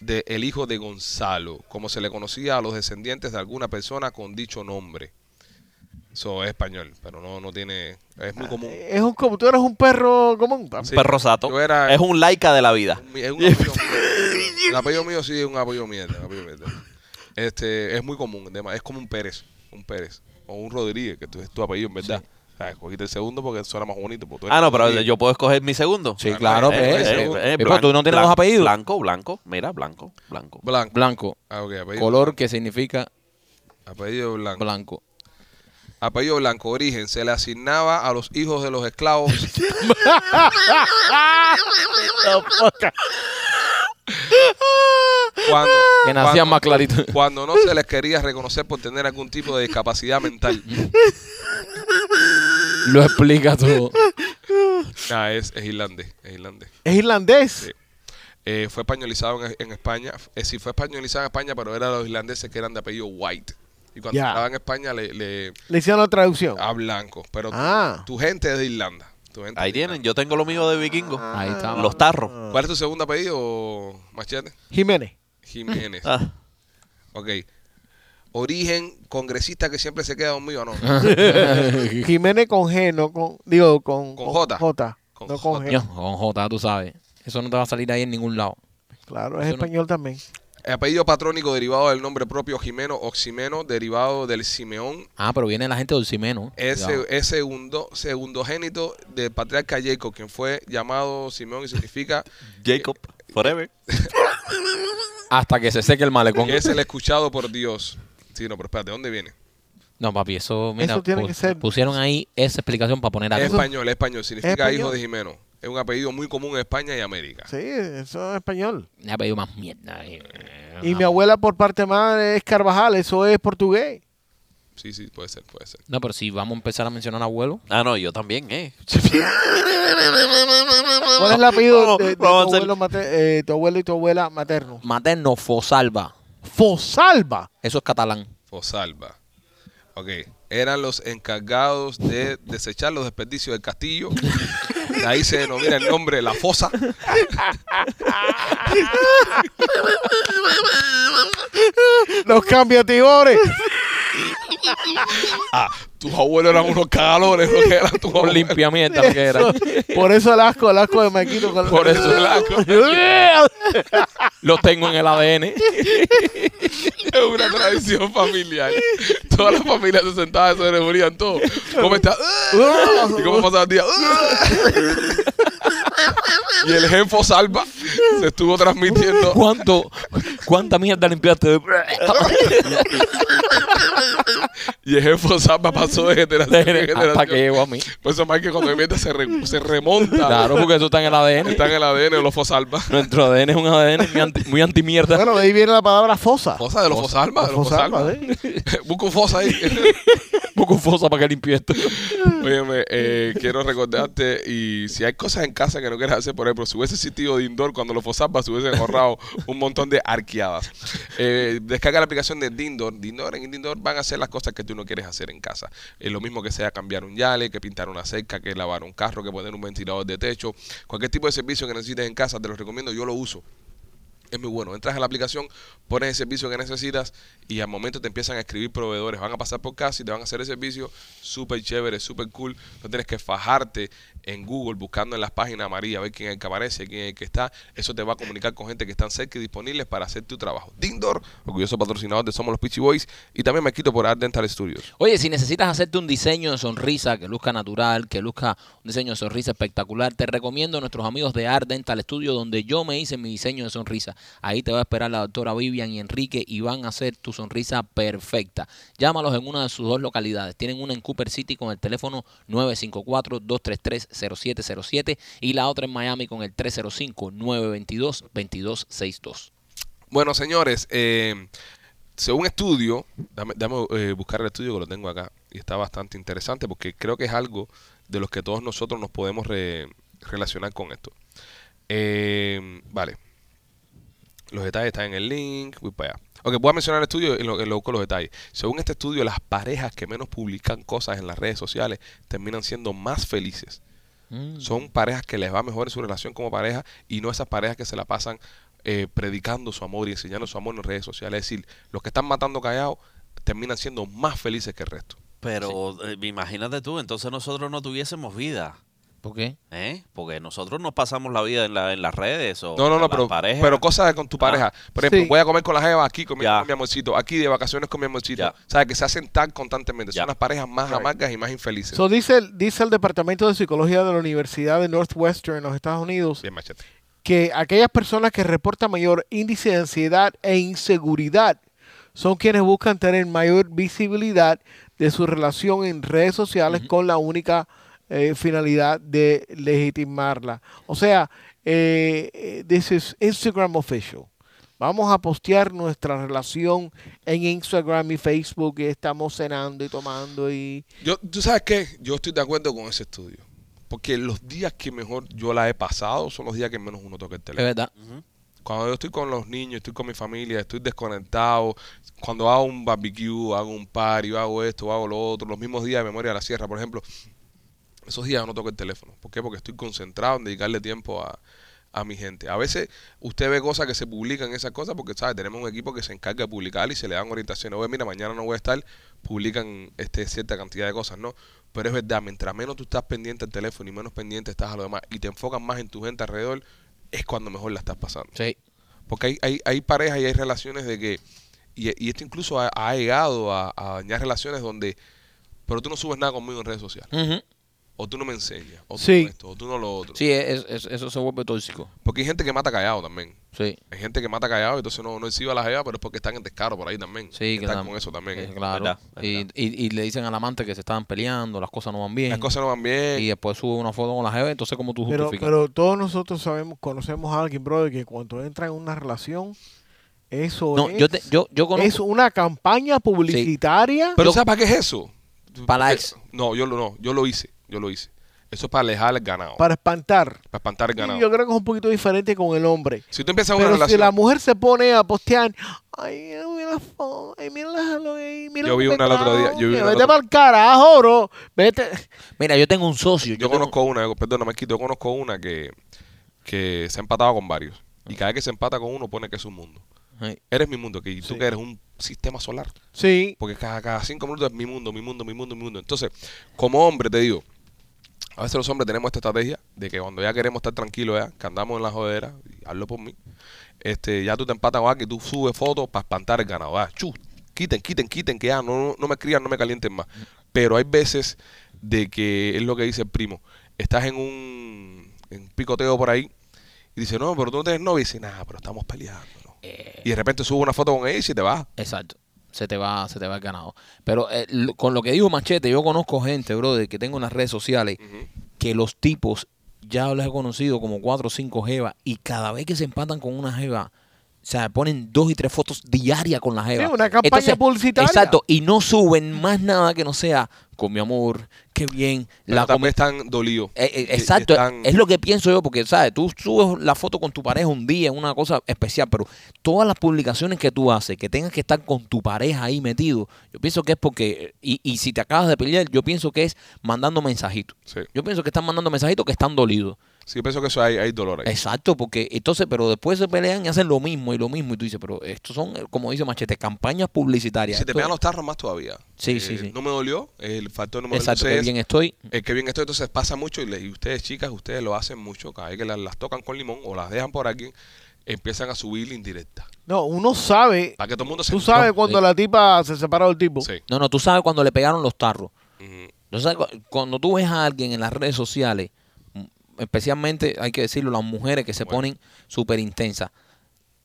Speaker 1: de el hijo de Gonzalo, como se le conocía a los descendientes de alguna persona con dicho nombre. Eso es español, pero no, no tiene... Es
Speaker 4: Ah.
Speaker 1: muy común.
Speaker 3: Es un, como tú eres un perro común. papi.
Speaker 1: Sí.
Speaker 4: Perro Sato.
Speaker 1: Yo era-
Speaker 4: Es un laica de la vida.
Speaker 1: Es un apellido mierda. El apellido mío sí es un apellido mierda. un apellido mierda. Este, es muy común, además, es como un Pérez, un Pérez, o un Rodríguez, que tú, es tu apellido en verdad. O sea, escogiste el segundo porque suena más bonito. porque tú eres
Speaker 4: Ah, no, pero
Speaker 1: Rodríguez.
Speaker 4: yo puedo escoger mi segundo.
Speaker 2: Sí,
Speaker 1: Ah,
Speaker 2: claro.
Speaker 1: eh,
Speaker 2: pues.
Speaker 1: eh, eh,
Speaker 2: Pipo, tú no tienes los
Speaker 4: blanco,
Speaker 2: apellidos.
Speaker 4: Blanco, blanco. Mira, blanco, blanco.
Speaker 1: Blanco.
Speaker 2: Blanco.
Speaker 1: Ah, ok, apellido.
Speaker 2: Color que significa
Speaker 1: Apellido blanco.
Speaker 2: blanco.
Speaker 1: Apellido blanco, origen. Se le asignaba a los hijos de los esclavos. cuando,
Speaker 2: Que nacían
Speaker 1: cuando-
Speaker 2: más clarito.
Speaker 1: cuando no se les quería reconocer por tener algún tipo de discapacidad mental.
Speaker 2: Lo explica todo.
Speaker 1: Nah, Ah, es, es irlandés. Es irlandés.
Speaker 3: Es irlandés.
Speaker 1: Eh, fue españolizado en, en España. Eh, sí, fue españolizado en España, pero eran los irlandeses que eran de apellido White. Y cuando
Speaker 3: Ya.
Speaker 1: estaba en España le, le-
Speaker 3: Le hicieron la traducción.
Speaker 2: Ah.
Speaker 1: a blanco. Pero tu-
Speaker 3: Ah.
Speaker 1: tu, gente es de Irlanda. tu gente
Speaker 4: Ahí
Speaker 1: es de
Speaker 4: tienen,
Speaker 1: Irlanda.
Speaker 4: yo tengo lo mío de vikingo.
Speaker 2: Ahí está.
Speaker 4: Los tarros.
Speaker 1: ¿Cuál es tu segundo apellido, Machete?
Speaker 3: Jiménez.
Speaker 1: Jiménez.
Speaker 4: Ah,
Speaker 1: Ok. Origen congresista que siempre se queda dormido, ¿no?
Speaker 3: Jiménez con G, no con. Digo, con.
Speaker 1: Con J. Con
Speaker 3: no con
Speaker 1: J.
Speaker 3: G.
Speaker 2: Ño, Con J, tú sabes. Eso no te va a salir ahí en ningún lado.
Speaker 3: Claro, es
Speaker 2: Eso no- Ah.
Speaker 3: español también.
Speaker 1: El apellido patrónico derivado del nombre propio Jimeno Oximeno, derivado del Simeón,
Speaker 2: Ah, pero viene la gente de Ulcimeno.
Speaker 1: es,
Speaker 2: Cuidado.
Speaker 1: es segundo, segundogénito del patriarca Jacob, quien fue llamado Simeón y significa
Speaker 4: Jacob, forever.
Speaker 2: Hasta que se seque el malecón.
Speaker 1: que es el escuchado por Dios. Sí, no, pero espérate, ¿de dónde viene?
Speaker 2: No, papi, eso, mira,
Speaker 3: Eso tiene
Speaker 2: pu-
Speaker 3: que ser-
Speaker 2: pusieron ahí esa explicación para poner
Speaker 1: Es
Speaker 2: algo.
Speaker 1: español, es español, significa
Speaker 3: español.
Speaker 1: hijo de Jimeno. Es un apellido muy común en España y América.
Speaker 3: Sí, eso es español.
Speaker 2: Me ha pedido más mierda. eh.
Speaker 3: Y mi abuela por parte de madre es Carvajal, eso es portugués.
Speaker 1: Sí, sí, puede ser, puede ser.
Speaker 2: No, pero si vamos a empezar a mencionar abuelo.
Speaker 4: Ah, no, yo también, eh.
Speaker 3: ¿Cuál es el apellido
Speaker 4: Vamos,
Speaker 3: de, de tu,
Speaker 4: vamos a hacer-
Speaker 3: abuelo mate- eh, tu abuelo y tu abuela materno?
Speaker 2: Materno Fosalba.
Speaker 3: Fosalba.
Speaker 2: Eso es catalán.
Speaker 1: Fosalba. Ok. Eran los encargados de desechar los desperdicios del castillo. De ahí se denomina el nombre La Fosa.
Speaker 3: Los cambiatibores.
Speaker 1: Ah, tus abuelos eran unos calores, lo que eran tus
Speaker 2: Un
Speaker 1: abuelos.
Speaker 2: limpia mierda lo que era.
Speaker 3: Por eso el asco, el asco de Maquito. con-
Speaker 1: Por eso el asco.
Speaker 2: Lo tengo en el ADN.
Speaker 1: Es una tradición familiar. Toda la familia se sentaba, se reunían todos. ¿Cómo estás? ¿Y cómo pasaba el día? "Ah". Y el gen Fosalba se estuvo transmitiendo
Speaker 2: ¿Cuánto, ¿Cuánta mierda limpiaste?
Speaker 1: Y el jefe Samba pasó de generación en generación.
Speaker 2: Hasta que llegó a mí.
Speaker 1: Por eso Mike cuando inventa se, re- se remonta.
Speaker 2: Claro, porque eso está en el ADN.
Speaker 1: Está en el ADN de los Fosalba.
Speaker 2: Nuestro ADN es un ADN muy anti, muy antimierda.
Speaker 3: Bueno, de ahí viene la palabra fosa.
Speaker 1: Fosa de los Fosalba. De los
Speaker 3: Fosalba, ¿eh?
Speaker 1: Fosalba.
Speaker 3: sí.
Speaker 1: Busca un fosa ahí.
Speaker 2: Poco fosa para que limpie esto.
Speaker 1: Óyeme, eh, quiero recordarte y si hay cosas en casa que no quieras hacer, por ejemplo, si hubiese sitio de indoor cuando los Fosalba se hubiesen ahorrado un montón de arqueadas. Eh, descarga la aplicación de Dindor. Dindor en Dindor van a hacer las cosas que tú no quieres hacer en casa. Es lo mismo que sea cambiar un yale, que pintar una cerca, que lavar un carro, que poner un ventilador de techo. Cualquier tipo de servicio que necesites en casa, te lo recomiendo, yo lo uso. Es muy bueno. Entras a la aplicación, pones el servicio que necesitas y al momento te empiezan a escribir proveedores. Van a pasar por casa y te van a hacer el servicio súper chévere, súper cool. No tienes que fajarte en Google, buscando en las páginas amarillas, a ver quién es el que aparece, quién es el que está. Eso te va a comunicar con gente que están cerca y disponibles para hacer tu trabajo. Dindor, orgulloso patrocinador de Somos los Pitchy Boys, y también me quito por Art Dental Studios.
Speaker 2: Oye, si necesitas hacerte un diseño de sonrisa que luzca natural, que luzca un diseño de sonrisa espectacular, te recomiendo a nuestros amigos de Art Dental Studio, donde yo me hice mi diseño de sonrisa. Ahí te va a esperar la doctora Vivian y Enrique y van a hacer tu sonrisa perfecta. Llámalos en una de sus dos localidades. Tienen una en Cooper City con el teléfono 954-233-0707 y la otra en Miami con el 305-922-2262.
Speaker 1: Bueno, señores, eh, según estudio, dame, dame, eh, buscar el estudio que lo tengo acá y está bastante interesante porque creo que es algo de los que todos nosotros nos podemos re- relacionar con esto. Eh, vale, los detalles están en el link, voy para allá. Ok, voy a mencionar el estudio y lo, lo busco los detalles. Según este estudio, las parejas que menos publican cosas en las redes sociales terminan siendo más felices.
Speaker 2: Mm,
Speaker 1: Son parejas que les va mejor en su relación como pareja y no esas parejas que se la pasan eh, predicando su amor y enseñando su amor en redes sociales. Es decir, los que están matando callados terminan siendo más felices que el resto.
Speaker 4: Pero eh, imagínate tú, entonces nosotros no tuviésemos vida.
Speaker 2: ¿Por qué?
Speaker 4: ¿eh? Porque nosotros nos pasamos la vida en, la, en las redes
Speaker 1: No,
Speaker 4: o
Speaker 1: no,
Speaker 4: en
Speaker 1: no,
Speaker 4: las
Speaker 1: pero,
Speaker 4: parejas.
Speaker 1: pero cosas con tu pareja. Por ejemplo,
Speaker 3: Sí.
Speaker 1: voy a comer con la jeva aquí comiendo
Speaker 4: Ya.
Speaker 1: con mi amorcito, aquí de vacaciones con mi amorcito.
Speaker 4: Ya.
Speaker 1: O sea, que se hacen tan constantemente.
Speaker 4: Ya.
Speaker 1: Son las parejas más
Speaker 3: Right.
Speaker 1: amargas y más infelices.
Speaker 3: So, dice, el- dice el Departamento de Psicología de la Universidad de Northwestern en los Estados Unidos
Speaker 1: Bien, machete.
Speaker 3: que aquellas personas que reportan mayor índice de ansiedad e inseguridad son quienes buscan tener mayor visibilidad de su relación en redes sociales con la única eh, finalidad de legitimarla. O sea, eh, eh, this is Instagram official. Vamos a postear nuestra relación en Instagram y Facebook y estamos cenando y tomando y...
Speaker 1: Yo, ¿Tú sabes qué? Yo estoy de acuerdo con ese estudio. Porque los días que mejor yo la he pasado son los días que menos uno toca el
Speaker 2: Es
Speaker 1: teléfono.
Speaker 2: verdad.
Speaker 1: Cuando yo estoy con los niños, estoy con mi familia, estoy desconectado, cuando hago un barbecue, hago un party, hago esto, hago lo otro, los mismos días de memoria de la sierra, por ejemplo, esos días yo no toco el teléfono. ¿Por qué? Porque estoy concentrado en dedicarle tiempo a, a mi gente. A veces usted ve cosas que se publican, esas cosas, porque, ¿sabe? Tenemos un equipo que se encarga de publicar y se le dan orientaciones. Oye, mira, mañana no voy a estar, publican este, cierta cantidad de cosas, ¿no? Pero es verdad, mientras menos tú estás pendiente al teléfono y menos pendiente estás a lo demás y te enfocas más en tu gente alrededor, es cuando mejor la estás pasando.
Speaker 2: Sí.
Speaker 1: Porque hay, hay, hay parejas y hay relaciones de que. Y, y esto incluso ha, ha llegado a, a dañar relaciones donde. Pero tú no subes nada conmigo en redes sociales.
Speaker 2: Ujú.
Speaker 1: O tú no me enseñas. O tú
Speaker 3: Sí.
Speaker 1: no esto. O tú no lo otro.
Speaker 2: Sí, es- es- eso se vuelve tóxico.
Speaker 1: Porque hay gente que mata callado también.
Speaker 2: Sí.
Speaker 1: Hay gente que mata callado, entonces no, no exhibe a la jeva, pero es porque están en descaro por ahí también.
Speaker 2: Sí, que
Speaker 1: están
Speaker 2: tam-
Speaker 1: con eso también.
Speaker 2: eh,
Speaker 1: ¿eh?
Speaker 2: claro.
Speaker 4: Verdad,
Speaker 2: Y,
Speaker 4: verdad.
Speaker 2: y- y le dicen al amante que se estaban peleando, las cosas no van bien.
Speaker 1: Las cosas no van bien.
Speaker 2: Y después sube una foto con la jefe, entonces como tú
Speaker 3: Pero,
Speaker 2: justificas.
Speaker 3: pero todos nosotros sabemos, conocemos a alguien, brother, que cuando entra en una relación, eso
Speaker 2: no,
Speaker 3: es...
Speaker 2: yo, te- yo, yo conozco
Speaker 3: Es una campaña publicitaria.
Speaker 1: Pero
Speaker 2: Yo-
Speaker 1: ¿sabes para qué es eso?
Speaker 2: Para la
Speaker 1: Porque-
Speaker 2: ex.
Speaker 1: No, yo lo, no, yo lo hice. Yo lo hice. Eso es para alejar al ganado. Para,
Speaker 3: para espantar.
Speaker 1: espantar al ganado.
Speaker 3: Yo creo que es un poquito diferente con el hombre.
Speaker 1: si tú empiezas una
Speaker 3: Pero si
Speaker 1: relación.
Speaker 3: la mujer se pone a postear, ay, mira la foto, ay, mira la lo que- mira
Speaker 1: Yo
Speaker 3: lo
Speaker 1: vi
Speaker 3: que
Speaker 1: una el otro día,
Speaker 3: trajo,
Speaker 1: yo vi
Speaker 3: que
Speaker 1: una el
Speaker 3: Vete
Speaker 1: otro-
Speaker 3: para el carajo, bro. Vete.
Speaker 2: Mira, yo tengo un socio.
Speaker 1: Yo
Speaker 2: tengo-
Speaker 1: conozco una, perdón, Marquito, yo conozco una que, que se ha empatado con varios. Y cada vez que se empata con uno, pone que es un mundo.
Speaker 2: Sí.
Speaker 1: Eres mi mundo, que y tú que eres un sistema solar.
Speaker 3: Sí.
Speaker 1: Porque cada, cada cinco minutos es mi mundo, mi mundo, mi mundo, mi mundo. Entonces, como hombre, te digo, a veces los hombres tenemos esta estrategia de que cuando ya queremos estar tranquilos, ya, que andamos en la jodera, y hablo por mí, este, ya tú te empatas con alguien, tú subes fotos para espantar el ganado. ah, chu, quiten, quiten, quiten, que ya no, no me escriban, no me calienten más. Pero hay veces de que es lo que dice el primo, estás en un, en un picoteo por ahí y dice, no, pero tú no tienes novia. Y dice, nada, pero estamos peleando. ¿no?". Y de repente sube una foto con ella y se te baja.
Speaker 2: eh, Exacto. Se te va, se te va el ganado. Pero eh, lo- con lo que dijo Machete, yo conozco gente, brother, que tengo en las redes sociales, que los tipos ya los he conocido como cuatro o cinco jevas y cada vez que se empatan con una jeva, o sea, ponen dos y tres fotos diarias con la jeva.
Speaker 3: Sí, una campaña publicitaria.
Speaker 2: Exacto, y no suben más nada que no sea con mi amor, qué bien,
Speaker 1: Pero
Speaker 2: la
Speaker 1: también
Speaker 2: comida.
Speaker 1: están dolidos.
Speaker 2: Eh, eh,
Speaker 1: Y- y
Speaker 2: exacto,
Speaker 1: están-
Speaker 2: es lo que pienso yo, porque sabes, tú subes la foto con tu pareja un día, una cosa especial, pero todas las publicaciones que tú haces, que tengas que estar con tu pareja ahí metido, yo pienso que es porque, y, y si te acabas de pelear, yo pienso que es mandando mensajitos.
Speaker 1: Sí.
Speaker 2: Yo pienso que están mandando mensajitos que están dolidos.
Speaker 1: Sí, yo pienso que eso hay, hay dolor ahí.
Speaker 2: Exacto, porque entonces, pero después se pelean y hacen lo mismo y lo mismo. Y tú dices, pero estos son, como dice Machete, campañas publicitarias.
Speaker 1: Si te
Speaker 2: Esto-
Speaker 1: pegan los tarros más todavía.
Speaker 2: Sí,
Speaker 1: Eh,
Speaker 2: sí, sí.
Speaker 1: No me dolió. El factor número
Speaker 2: Exacto, que bien estoy.
Speaker 1: Es que bien esto entonces pasa mucho y, le- y ustedes chicas, ustedes lo hacen mucho, cada vez que las, las tocan con limón o las dejan por alguien, empiezan a subir indirecta.
Speaker 3: No, uno sabe.
Speaker 1: Para que todo el mundo se...
Speaker 3: Tú sabes
Speaker 2: No,
Speaker 3: cuando
Speaker 2: sí.
Speaker 3: la tipa se separó del tipo.
Speaker 1: eh. Sí.
Speaker 2: No, no, tú sabes cuando le pegaron los tarros.
Speaker 1: Ujú.
Speaker 2: Entonces, cu- cuando tú ves a alguien en las redes sociales, mm, especialmente, hay que decirlo, las mujeres que se
Speaker 1: Bueno.
Speaker 2: ponen súper intensas,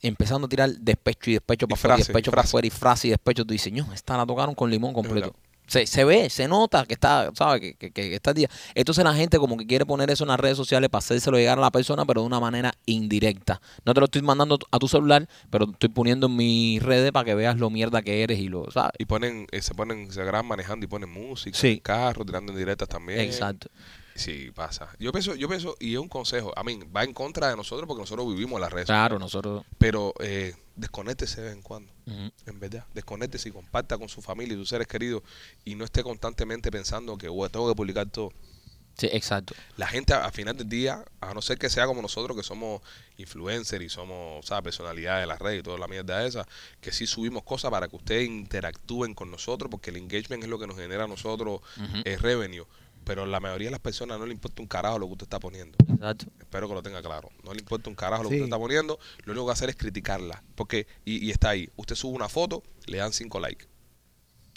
Speaker 2: empezando a tirar despecho y despecho
Speaker 1: Y
Speaker 2: para afuera, y
Speaker 1: frase,
Speaker 2: despecho
Speaker 1: y
Speaker 2: para
Speaker 1: frase.
Speaker 2: afuera, y frase y despecho, tú dices, no, esta la tocaron con limón completo.
Speaker 1: verdad.
Speaker 2: Se, se ve, se nota que está, ¿sabes? Que, que, que está día. Entonces la gente como que quiere poner eso en las redes sociales para hacérselo llegar a la persona, pero de una manera indirecta. No te lo estoy mandando a tu celular, pero te estoy poniendo en mis redes para que veas lo mierda que eres y lo, ¿sabes?
Speaker 1: Y ponen, eh, se ponen, se graban manejando y ponen música,
Speaker 2: Sí.
Speaker 1: en el carro, tirando indirectas también.
Speaker 2: Exacto.
Speaker 1: Sí, pasa. Yo pienso, yo pienso, y es un consejo, a mí, va en contra de nosotros porque nosotros vivimos las redes.
Speaker 2: Claro, nosotros...
Speaker 1: Pero eh, desconéctese de vez en cuando.
Speaker 2: ujú.
Speaker 1: En verdad, desconéctese y comparta con su familia y sus seres queridos y no esté constantemente pensando que "Ué, tengo que publicar todo.
Speaker 2: Sí, exacto.
Speaker 1: La gente a- al final del día, a no ser que sea como nosotros que somos influencers y somos, ¿sabes? Personalidades de las redes y toda la mierda esa, que sí subimos cosas para que ustedes interactúen con nosotros porque el engagement es lo que nos genera a nosotros es revenue. Pero la mayoría de las personas no le importa un carajo lo que usted está poniendo.
Speaker 2: Exacto.
Speaker 1: Espero que lo tenga claro. No le importa un carajo lo
Speaker 3: Sí.
Speaker 1: que usted está poniendo. Lo único que va a hacer es criticarla. Porque, y, y está ahí. Usted sube una foto, le dan 5 likes.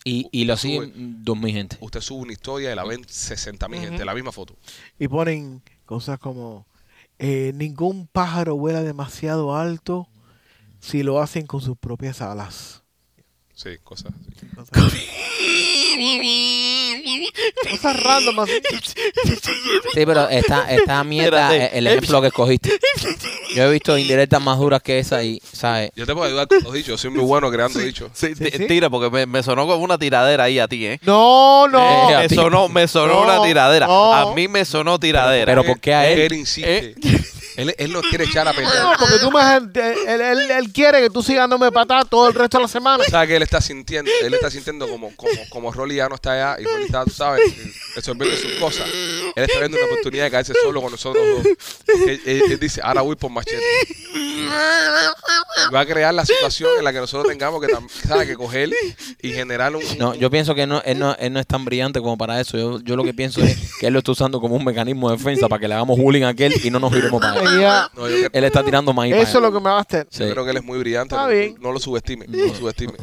Speaker 2: Y, y lo siguen dos mil gente.
Speaker 1: Usted sube una historia y la ven 60 mil gente. La misma foto.
Speaker 3: Y ponen cosas como: eh, ningún pájaro vuela demasiado alto si lo hacen con sus propias alas.
Speaker 1: Sí, cosas. así.
Speaker 3: Cosas random así.
Speaker 2: Sí, pero está, está mierda eh,
Speaker 4: Espérate.
Speaker 2: el ejemplo que escogiste. Yo he visto indirectas más duras que esa y, ¿sabes?
Speaker 1: Yo te puedo ayudar con los dichos. Yo Soy muy bueno creando dichos.
Speaker 3: Sí,
Speaker 4: Sí, ti-
Speaker 3: sí.
Speaker 4: Tira, porque me, me sonó como una tiradera ahí a ti, ¿eh?
Speaker 3: No, no.
Speaker 2: Eh, a
Speaker 4: me,
Speaker 2: ti.
Speaker 4: sonó, me sonó
Speaker 3: No,
Speaker 4: una tiradera.
Speaker 3: no.
Speaker 4: A mí me sonó tiradera.
Speaker 2: Pero ¿por qué a él? ¿Eh?
Speaker 1: insiste. Él, él nos quiere echar a
Speaker 3: No,
Speaker 1: pelear.
Speaker 3: porque tú me, eh, él, él- él quiere que tú sigas dándome patada todo el resto de la semana.
Speaker 1: ¿Sabes que él está sintiendo? Él está sintiendo como, como, como Rolly ya no está allá y Rolly está, tú sabes, resolviendo sus cosas. Él está viendo una oportunidad de caerse solo con nosotros dos. Él, él- él dice, ahora voy por machete. Va a crear la situación en la que nosotros tengamos que, tam- ¿sabes? que coger y generar un...
Speaker 2: No, yo pienso que no, él, no, él no es tan brillante como para eso. Yo, yo lo que pienso es que él lo está usando como un mecanismo de defensa para que le hagamos bullying a aquel y no nos iremos para él.
Speaker 3: Ella-
Speaker 1: No, yo, creo,
Speaker 2: Él está tirando maíz. para
Speaker 3: eso es
Speaker 2: él.
Speaker 3: lo que me va a hacer.
Speaker 1: yo creo que él es muy brillante.
Speaker 3: Está
Speaker 1: no,
Speaker 3: bien.
Speaker 1: no lo subestime, no lo subestime.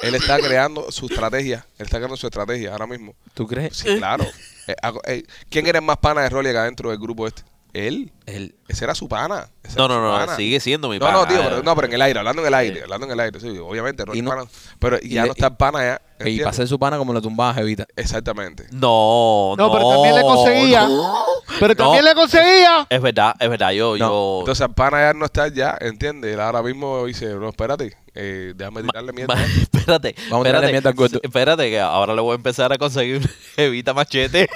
Speaker 1: Él está creando su estrategia. Él está creando su estrategia ahora mismo.
Speaker 2: Sí. ¿Tú crees?
Speaker 1: Sí, claro. Eh, hago- eh, ¿Quién era el más pana de Rolly acá dentro del grupo este? Él.
Speaker 2: Él-
Speaker 1: Ese era su pana. Ese
Speaker 4: No,
Speaker 1: era
Speaker 4: no,
Speaker 1: su
Speaker 4: no,
Speaker 1: pana.
Speaker 4: sigue siendo mi
Speaker 1: No,
Speaker 4: pana. eh.
Speaker 1: no, tío, pero, no, pero en el aire, hablando en el aire, hablando en el aire, sí, obviamente, Rolly
Speaker 2: Y no-
Speaker 1: pana, pero
Speaker 2: y
Speaker 1: ya
Speaker 2: le-
Speaker 1: no está el pana ya.
Speaker 2: y
Speaker 1: ¿entiendes?
Speaker 2: para ser su pana como lo tumbaba Jevita.
Speaker 3: Este
Speaker 1: Exactamente.
Speaker 4: No,
Speaker 3: No, pero también le conseguía.
Speaker 4: no.
Speaker 3: Pero también
Speaker 4: No.
Speaker 3: le conseguía.
Speaker 4: Es verdad, es verdad. Yo, yo.
Speaker 1: Entonces el pana ya no está ya, ¿entiendes? Él Ahora mismo dice, no, espérate, eh, déjame tirarle mierda.
Speaker 4: Ma- espérate,
Speaker 2: Vamos a tirarle
Speaker 4: espérate,
Speaker 2: mierda al gordo.
Speaker 4: espérate, que ahora le voy a empezar a conseguir una jevita machete.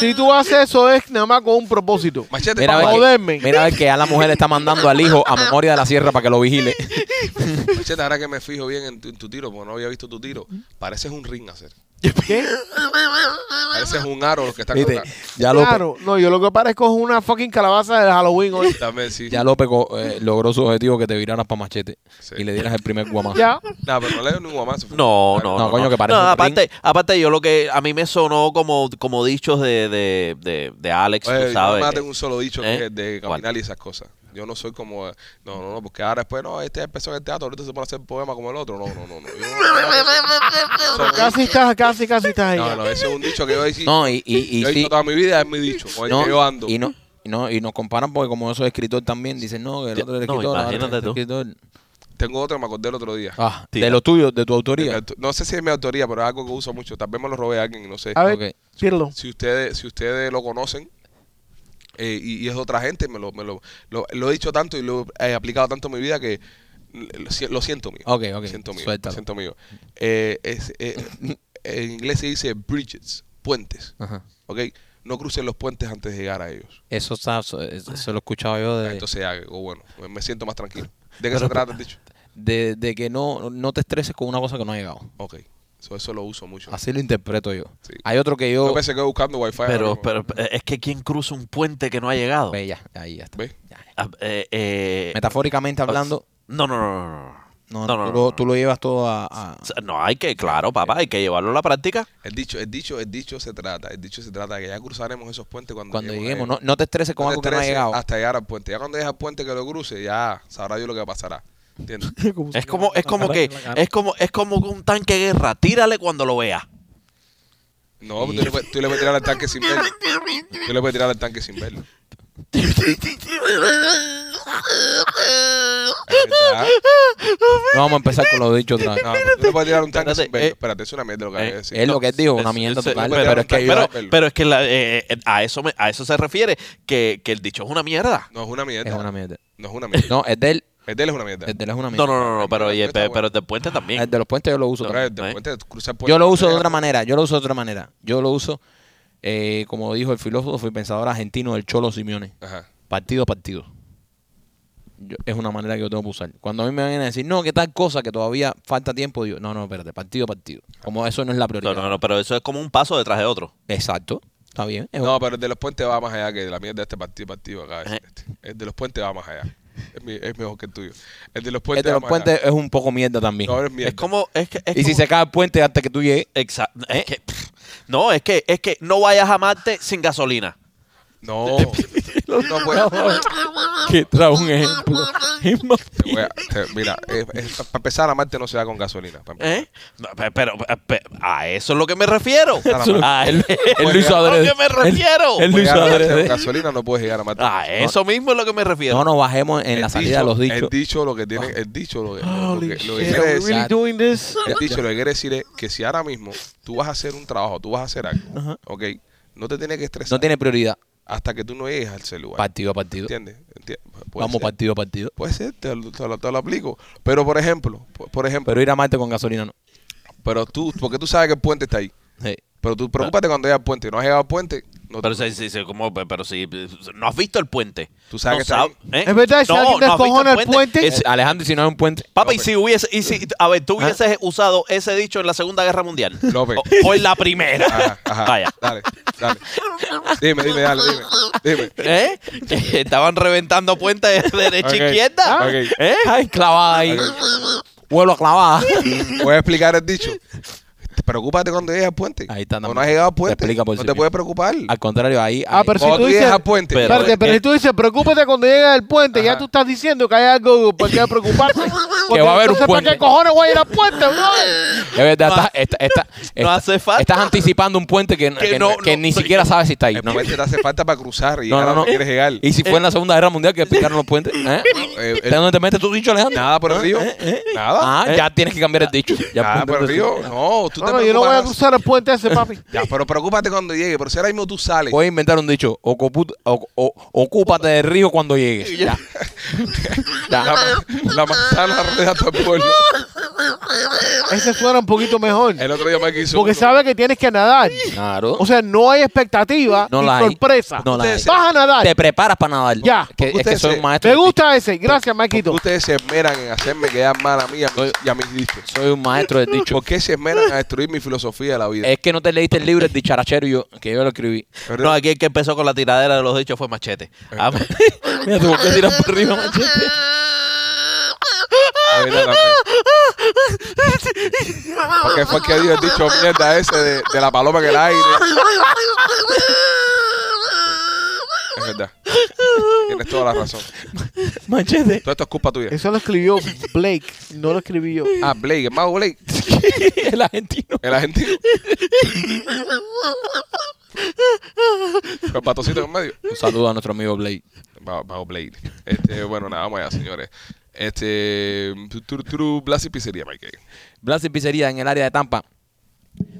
Speaker 3: Si tú haces eso es nada más con un propósito.
Speaker 1: Machete,
Speaker 2: Mira a,
Speaker 1: papá,
Speaker 3: vaya.
Speaker 2: ver
Speaker 3: Joderme.
Speaker 2: que, mira a ver que ya la mujer está mandando al hijo a memoria de la sierra para que lo vigile.
Speaker 1: machete, ahora que me fijo bien en tu, en tu tiro, porque no había visto tu tiro, pareces un ring hacer.
Speaker 3: ¿Qué?
Speaker 1: Pareces un aro los que están
Speaker 2: Viste,
Speaker 1: colgados.
Speaker 2: Ya lo
Speaker 3: Claro. No, yo lo que parezco es una fucking calabaza de Halloween hoy.
Speaker 1: También sí.
Speaker 2: Ya López co- eh, logró su objetivo que te viraras para machete
Speaker 1: Sí.
Speaker 2: y le dieras el primer guamazo.
Speaker 3: Ya.
Speaker 1: No, pero no le dio ningún guamazo. fue-
Speaker 4: No,
Speaker 1: Claro.
Speaker 4: no,
Speaker 2: No,
Speaker 4: no.
Speaker 2: coño,
Speaker 4: no.
Speaker 2: que parece
Speaker 4: No,
Speaker 2: un
Speaker 4: aparte, aparte, yo lo que a mí me sonó como, como dichos de, de, de, de Alex,
Speaker 1: Oye,
Speaker 4: tú
Speaker 1: yo
Speaker 4: sabes.
Speaker 1: nada más tengo Pues, un solo dicho
Speaker 4: ¿Eh?
Speaker 1: que es de
Speaker 4: ¿Cuál?
Speaker 1: caminar y esas cosas. Yo no soy como. eh, No, no, no, porque ahora después, no, este empezó en el teatro, ahorita se pone a hacer poema como el otro. No, no, no. No, yo no, Son-
Speaker 3: Casi estás, casi, casi estás ahí.
Speaker 1: no, no, ese es un dicho que yo he dicho.
Speaker 2: No, y, y, y
Speaker 1: yo he
Speaker 2: sí.
Speaker 1: dicho toda mi vida, es mi dicho. Con el
Speaker 2: no,
Speaker 1: que yo ando.
Speaker 2: Y no, y no, y nos comparan porque como yo soy escritor también, dicen, no, que el
Speaker 4: Ya,
Speaker 2: otro es
Speaker 4: no,
Speaker 2: escritor. ahora
Speaker 4: imagínate
Speaker 2: este
Speaker 4: tú.
Speaker 2: escritor.
Speaker 1: Tengo otro, me acordé el otro día.
Speaker 2: Ah, de
Speaker 4: Tira.
Speaker 2: lo tuyo, de
Speaker 1: De
Speaker 2: tu
Speaker 1: mi
Speaker 2: autoría.
Speaker 1: auto- No sé si es mi autoría, pero es algo que uso mucho. Tal vez me lo robé a alguien, no sé.
Speaker 3: A ver,
Speaker 2: Ok.
Speaker 3: tíralo.
Speaker 1: Si ustedes, si ustedes lo conocen. eh, y, y es de otra gente, me lo, me lo, lo, lo he dicho tanto y lo he aplicado tanto en mi vida que lo si- lo siento mío.
Speaker 2: Ok, ok.
Speaker 1: Siento mío.
Speaker 2: Suéltalo.
Speaker 1: Siento mío. Eh, es, eh, en inglés se dice bridges, puentes.
Speaker 2: Ajá.
Speaker 1: ¿Ok? No crucen los puentes antes de llegar a ellos.
Speaker 2: Eso, está- eso, eso lo escuchaba yo de,
Speaker 1: Entonces, ah, digo, bueno, me- me siento más tranquilo. ¿De qué se trata, el dicho?
Speaker 2: de, de que no, no te estreses con una cosa que no ha llegado.
Speaker 1: Ok. Eso, eso lo uso mucho.
Speaker 2: Así lo interpreto yo.
Speaker 1: Sí.
Speaker 2: Hay otro que yo...
Speaker 1: Yo pensé que buscando wifi. ahora
Speaker 4: Pero,
Speaker 1: mismo.
Speaker 4: pero eh, es que ¿quién cruza un puente que no ha llegado?
Speaker 2: Ve, ya, ahí ya está.
Speaker 1: ¿Ves?
Speaker 4: Ah, eh, eh,
Speaker 2: Metafóricamente hablando,
Speaker 4: no, no, no, no,
Speaker 2: no,
Speaker 4: no. no, no,
Speaker 2: tú,
Speaker 4: no,
Speaker 2: lo,
Speaker 4: no.
Speaker 2: tú lo llevas todo a... a-
Speaker 4: O sea, No, hay que, claro, papá, hay que llevarlo a la práctica.
Speaker 1: El dicho, el dicho, el dicho se trata, el dicho se trata de que ya cruzaremos esos puentes cuando,
Speaker 2: cuando lleguemos,
Speaker 1: a
Speaker 2: no,
Speaker 1: ellos.
Speaker 2: no te estreses con
Speaker 1: No te
Speaker 2: algo que no ha
Speaker 1: estreses Ah.
Speaker 2: llegado.
Speaker 1: Hasta llegar al puente. Ya cuando llegues al puente que lo cruce, ya sabrá yo lo que pasará. ¿Entiendes?
Speaker 4: Es como, es como que, es como, es como un tanque de guerra. Tírale cuando lo vea.
Speaker 1: No, pues tú, le, puedes- tú le puedes tirar al tanque sin verlo. Tú le puedes tirar al tanque sin verlo. Es verdad.
Speaker 2: No vamos a empezar con lo dicho otra vez.
Speaker 1: No, tú le puedes tirar un tanque
Speaker 4: Espérate,
Speaker 1: sin verlo.
Speaker 4: eh,
Speaker 1: Espérate, es una mierda lo que acabas de
Speaker 4: eh,
Speaker 1: decir.
Speaker 2: es lo que él dijo, una
Speaker 4: Es-
Speaker 2: mierda
Speaker 4: es-
Speaker 2: total.
Speaker 1: pero-
Speaker 2: Pero, es que
Speaker 1: pero-
Speaker 2: yo-
Speaker 4: Pero,
Speaker 1: verlo.
Speaker 4: pero es que la- eh, eh, a, eso me- a eso se refiere, que, que el dicho es una mierda.
Speaker 1: No es una mierda.
Speaker 2: es una mierda.
Speaker 1: No es una mierda.
Speaker 2: No, es del,
Speaker 1: El de él es una mierda.
Speaker 2: es del es una mierda.
Speaker 4: No, no, no, no, pero,
Speaker 1: Está
Speaker 4: oye, pe-
Speaker 1: bueno.
Speaker 4: pero el del puente también.
Speaker 2: El de los puentes yo lo uso.
Speaker 1: Ahora, el
Speaker 2: también.
Speaker 1: de
Speaker 4: ¿eh?
Speaker 1: puente, cruzar puentes,
Speaker 2: Yo lo uso de
Speaker 1: llegas
Speaker 2: otra manera, yo lo uso de otra manera. Yo lo uso, eh, como dijo el filósofo y pensador argentino del Cholo Simeone,
Speaker 1: Ajá.
Speaker 2: partido a partido. Yo- es una manera que yo tengo que usar. Cuando a mí me vienen a decir, no, que tal cosa, que todavía falta tiempo, digo, no, no, espérate, partido a partido. Como eso no es la
Speaker 4: No,
Speaker 2: prioridad.
Speaker 4: no, no, pero eso es como un paso detrás de otro.
Speaker 2: Exacto, está bien. es Eh.
Speaker 1: No, pero el de los puentes va más allá que la mierda de este partido partido acá. Este. El de los puentes va más allá. Es, mi- es mejor que el tuyo. El de los puentes.
Speaker 2: El de
Speaker 1: va
Speaker 2: Este los
Speaker 1: más allá.
Speaker 2: puentes es un poco mierda también.
Speaker 1: No, eres mierda.
Speaker 4: Es como, es que, es
Speaker 2: y si
Speaker 4: como-
Speaker 2: se cae el puente antes que tú llegues,
Speaker 4: Exa- es que, pff, no, es que, es que no vayas a Marte sin gasolina.
Speaker 1: No. no puedes.
Speaker 2: que trae un ejemplo. Es más-
Speaker 1: Te voy a- te- mira, eh, para empezar, a Marte no se da con gasolina. pa' empezar.
Speaker 4: ¿Eh? No, pe- Pero, pe- pe- a eso es lo que me refiero.
Speaker 1: Nada más.
Speaker 4: A
Speaker 2: él, él lo hizo
Speaker 4: ¿A
Speaker 2: adrede.
Speaker 4: qué me refiero?
Speaker 2: Él, él lo hizo
Speaker 1: Llegar a Marte con
Speaker 2: adrede.
Speaker 1: gasolina no puedes llegar a Marte.
Speaker 4: A eso mismo es lo que me refiero.
Speaker 2: No nos bajemos Ah, en
Speaker 1: El
Speaker 2: la salida de los
Speaker 1: dicho-
Speaker 2: dichos.
Speaker 1: El
Speaker 2: Ah.
Speaker 1: dicho lo que tiene. El dicho lo que, lo
Speaker 3: Holy
Speaker 1: que- lo que
Speaker 3: shit,
Speaker 1: quiere
Speaker 3: are we
Speaker 1: decir.
Speaker 3: really doing this?
Speaker 1: El dicho lo que quiere decir es que si ahora mismo tú vas a hacer un trabajo, tú vas a hacer algo, ¿ok? No te tienes que estresar
Speaker 2: No tiene prioridad.
Speaker 1: hasta que tú no llegues al celular.
Speaker 2: Partido a partido.
Speaker 1: ¿Entiendes? Enti- puede
Speaker 2: Vamos
Speaker 1: ser.
Speaker 2: partido a partido.
Speaker 1: Puede ser, te lo, te lo- te lo aplico. Pero por ejemplo, por, por ejemplo,
Speaker 2: Pero ir a Marte con gasolina no.
Speaker 1: pero tú, porque tú sabes que el puente está ahí.
Speaker 2: Sí.
Speaker 1: Pero tú preocúpate cuando llegas al puente. y No has llegado al puente, no
Speaker 4: Pero
Speaker 1: te-
Speaker 4: si, si- si- como- pe- pero si no has visto el puente.
Speaker 1: Tú sabes
Speaker 4: No
Speaker 1: que está ahí.
Speaker 4: ¿eh?
Speaker 3: Es verdad, si
Speaker 4: No,
Speaker 3: alguien
Speaker 4: no has visto
Speaker 3: descojona el puente-
Speaker 2: Eh, Alejandro, ¿y si no es un puente.
Speaker 4: Papá, y si hubiese, y si, a ver, tú hubieses usado ese dicho en la Segunda Guerra Mundial.
Speaker 1: Ah. López.
Speaker 4: O, o en la primera.
Speaker 1: Ajá, ajá.
Speaker 4: Vaya.
Speaker 1: Dale, dale. Dime, dime, dale, dime. Dime.
Speaker 4: ¿Eh? Que Estaban reventando puentes de derecha
Speaker 1: Ok,
Speaker 4: a izquierda.
Speaker 1: ok.
Speaker 4: ¿Eh?
Speaker 2: Ay, clavada ahí. Vuelo a clavada.
Speaker 1: Voy a explicar el dicho. Preocúpate cuando llegues al puente.
Speaker 2: Ahí está,
Speaker 1: No,
Speaker 2: Namor.
Speaker 1: no has llegado al
Speaker 2: Te
Speaker 1: puente.
Speaker 2: explica por
Speaker 1: no
Speaker 2: sí
Speaker 1: te
Speaker 2: mismo.
Speaker 1: puedes preocupar.
Speaker 2: Al contrario, ahí.
Speaker 3: Ah,
Speaker 2: ahí- Oh,
Speaker 3: pero si
Speaker 1: Cuando
Speaker 3: tú
Speaker 1: tú llegas
Speaker 3: dices-
Speaker 1: al puente.
Speaker 4: Pero-
Speaker 3: Espérate,
Speaker 2: eh,
Speaker 4: es
Speaker 3: pero
Speaker 4: que-
Speaker 3: si tú dices, preocúpate cuando llegue el puente, ya
Speaker 1: Ajá.
Speaker 3: tú estás diciendo que hay algo por qué preocuparse. Porque
Speaker 2: va a haber un
Speaker 3: entonces,
Speaker 2: puente.
Speaker 3: ¿Para qué cojones voy a ir al puente, bro?
Speaker 2: Es verdad,
Speaker 4: No
Speaker 2: estás-
Speaker 4: ha-
Speaker 2: está- está- está-
Speaker 4: hace falta.
Speaker 2: Estás anticipando un puente que, que
Speaker 4: no,
Speaker 2: no- que
Speaker 4: no,
Speaker 2: ni
Speaker 4: sí.
Speaker 2: siquiera sabes si está ahí.
Speaker 1: El
Speaker 2: No,
Speaker 1: puente te hace falta para cruzar y
Speaker 2: no,
Speaker 1: ahora
Speaker 2: no. no.
Speaker 1: quieres llegar.
Speaker 2: Y si fue en la Segunda Guerra Mundial que picaron los puentes. ¿Eh?
Speaker 1: Eh, eh,
Speaker 2: ¿De dónde te metes tu dicho, Alejandro?
Speaker 1: Nada por el río. Nada.
Speaker 2: ¿Eh? Ah, ya tienes que cambiar el dicho. Ya pues,
Speaker 1: Nada por el
Speaker 2: punto.
Speaker 1: río. No, tú
Speaker 3: No,
Speaker 1: te
Speaker 3: no, yo no voy a
Speaker 1: preocuparás.
Speaker 3: cruzar el puente ese, papi.
Speaker 1: Ya, pero preocúpate cuando llegue. Pero si ahora mismo tú sales.
Speaker 2: Voy a inventar un dicho. Ocupu- o- o- ocúpate del río cuando llegues. Ya. pues,
Speaker 1: La, ma- la manzana rodea tu pueblo.
Speaker 3: Ese suena un poquito mejor.
Speaker 1: El otro día me quiso.
Speaker 3: Porque
Speaker 1: uno.
Speaker 3: sabe que tienes que nadar.
Speaker 2: Claro.
Speaker 3: O sea, no hay expectativa
Speaker 2: No
Speaker 3: ni
Speaker 2: la hay.
Speaker 3: sorpresa.
Speaker 2: No la hay.
Speaker 3: Vas a nadar.
Speaker 2: Te preparas para nadar.
Speaker 3: Ya.
Speaker 2: Que- es que
Speaker 1: Ustedes
Speaker 2: soy
Speaker 1: se-
Speaker 2: un maestro.
Speaker 3: Me
Speaker 2: del
Speaker 3: gusta ese. Gracias, Maquito.
Speaker 1: Ustedes se esmeran en hacerme quedar mal a mí y a mis- y a mis dichos.
Speaker 2: dicho. Soy un maestro del dicho.
Speaker 1: ¿Por qué se esmeran a destruir mi filosofía de la vida?
Speaker 2: Es que no te leíste el libro El dicharachero y yo, que yo lo escribí.
Speaker 1: Pero-
Speaker 4: No, aquí el que empezó con la tiradera de los dichos fue Machete. Ah,
Speaker 2: Mira, tuvo que tirar por arriba, machete.
Speaker 1: A ver, dame. Porque fue que Dios dicho mierda ese de, de la paloma en el aire. Es verdad. Tienes toda la razón.
Speaker 2: Machete.
Speaker 1: Todo esto es culpa tuya.
Speaker 3: Eso lo escribió Blake. No lo escribí yo.
Speaker 1: Ah, Blake, el mago Blake,
Speaker 2: El argentino.
Speaker 1: el argentino. Con el patocito en el medio.
Speaker 2: Un saludo a nuestro amigo Blade.
Speaker 1: Bajo, bajo Blade. Este, bueno, nada, vamos allá, señores. Este. Turu, turu, Blas y Pizzería, Mike.
Speaker 2: Blas y Pizzería en el área de Tampa.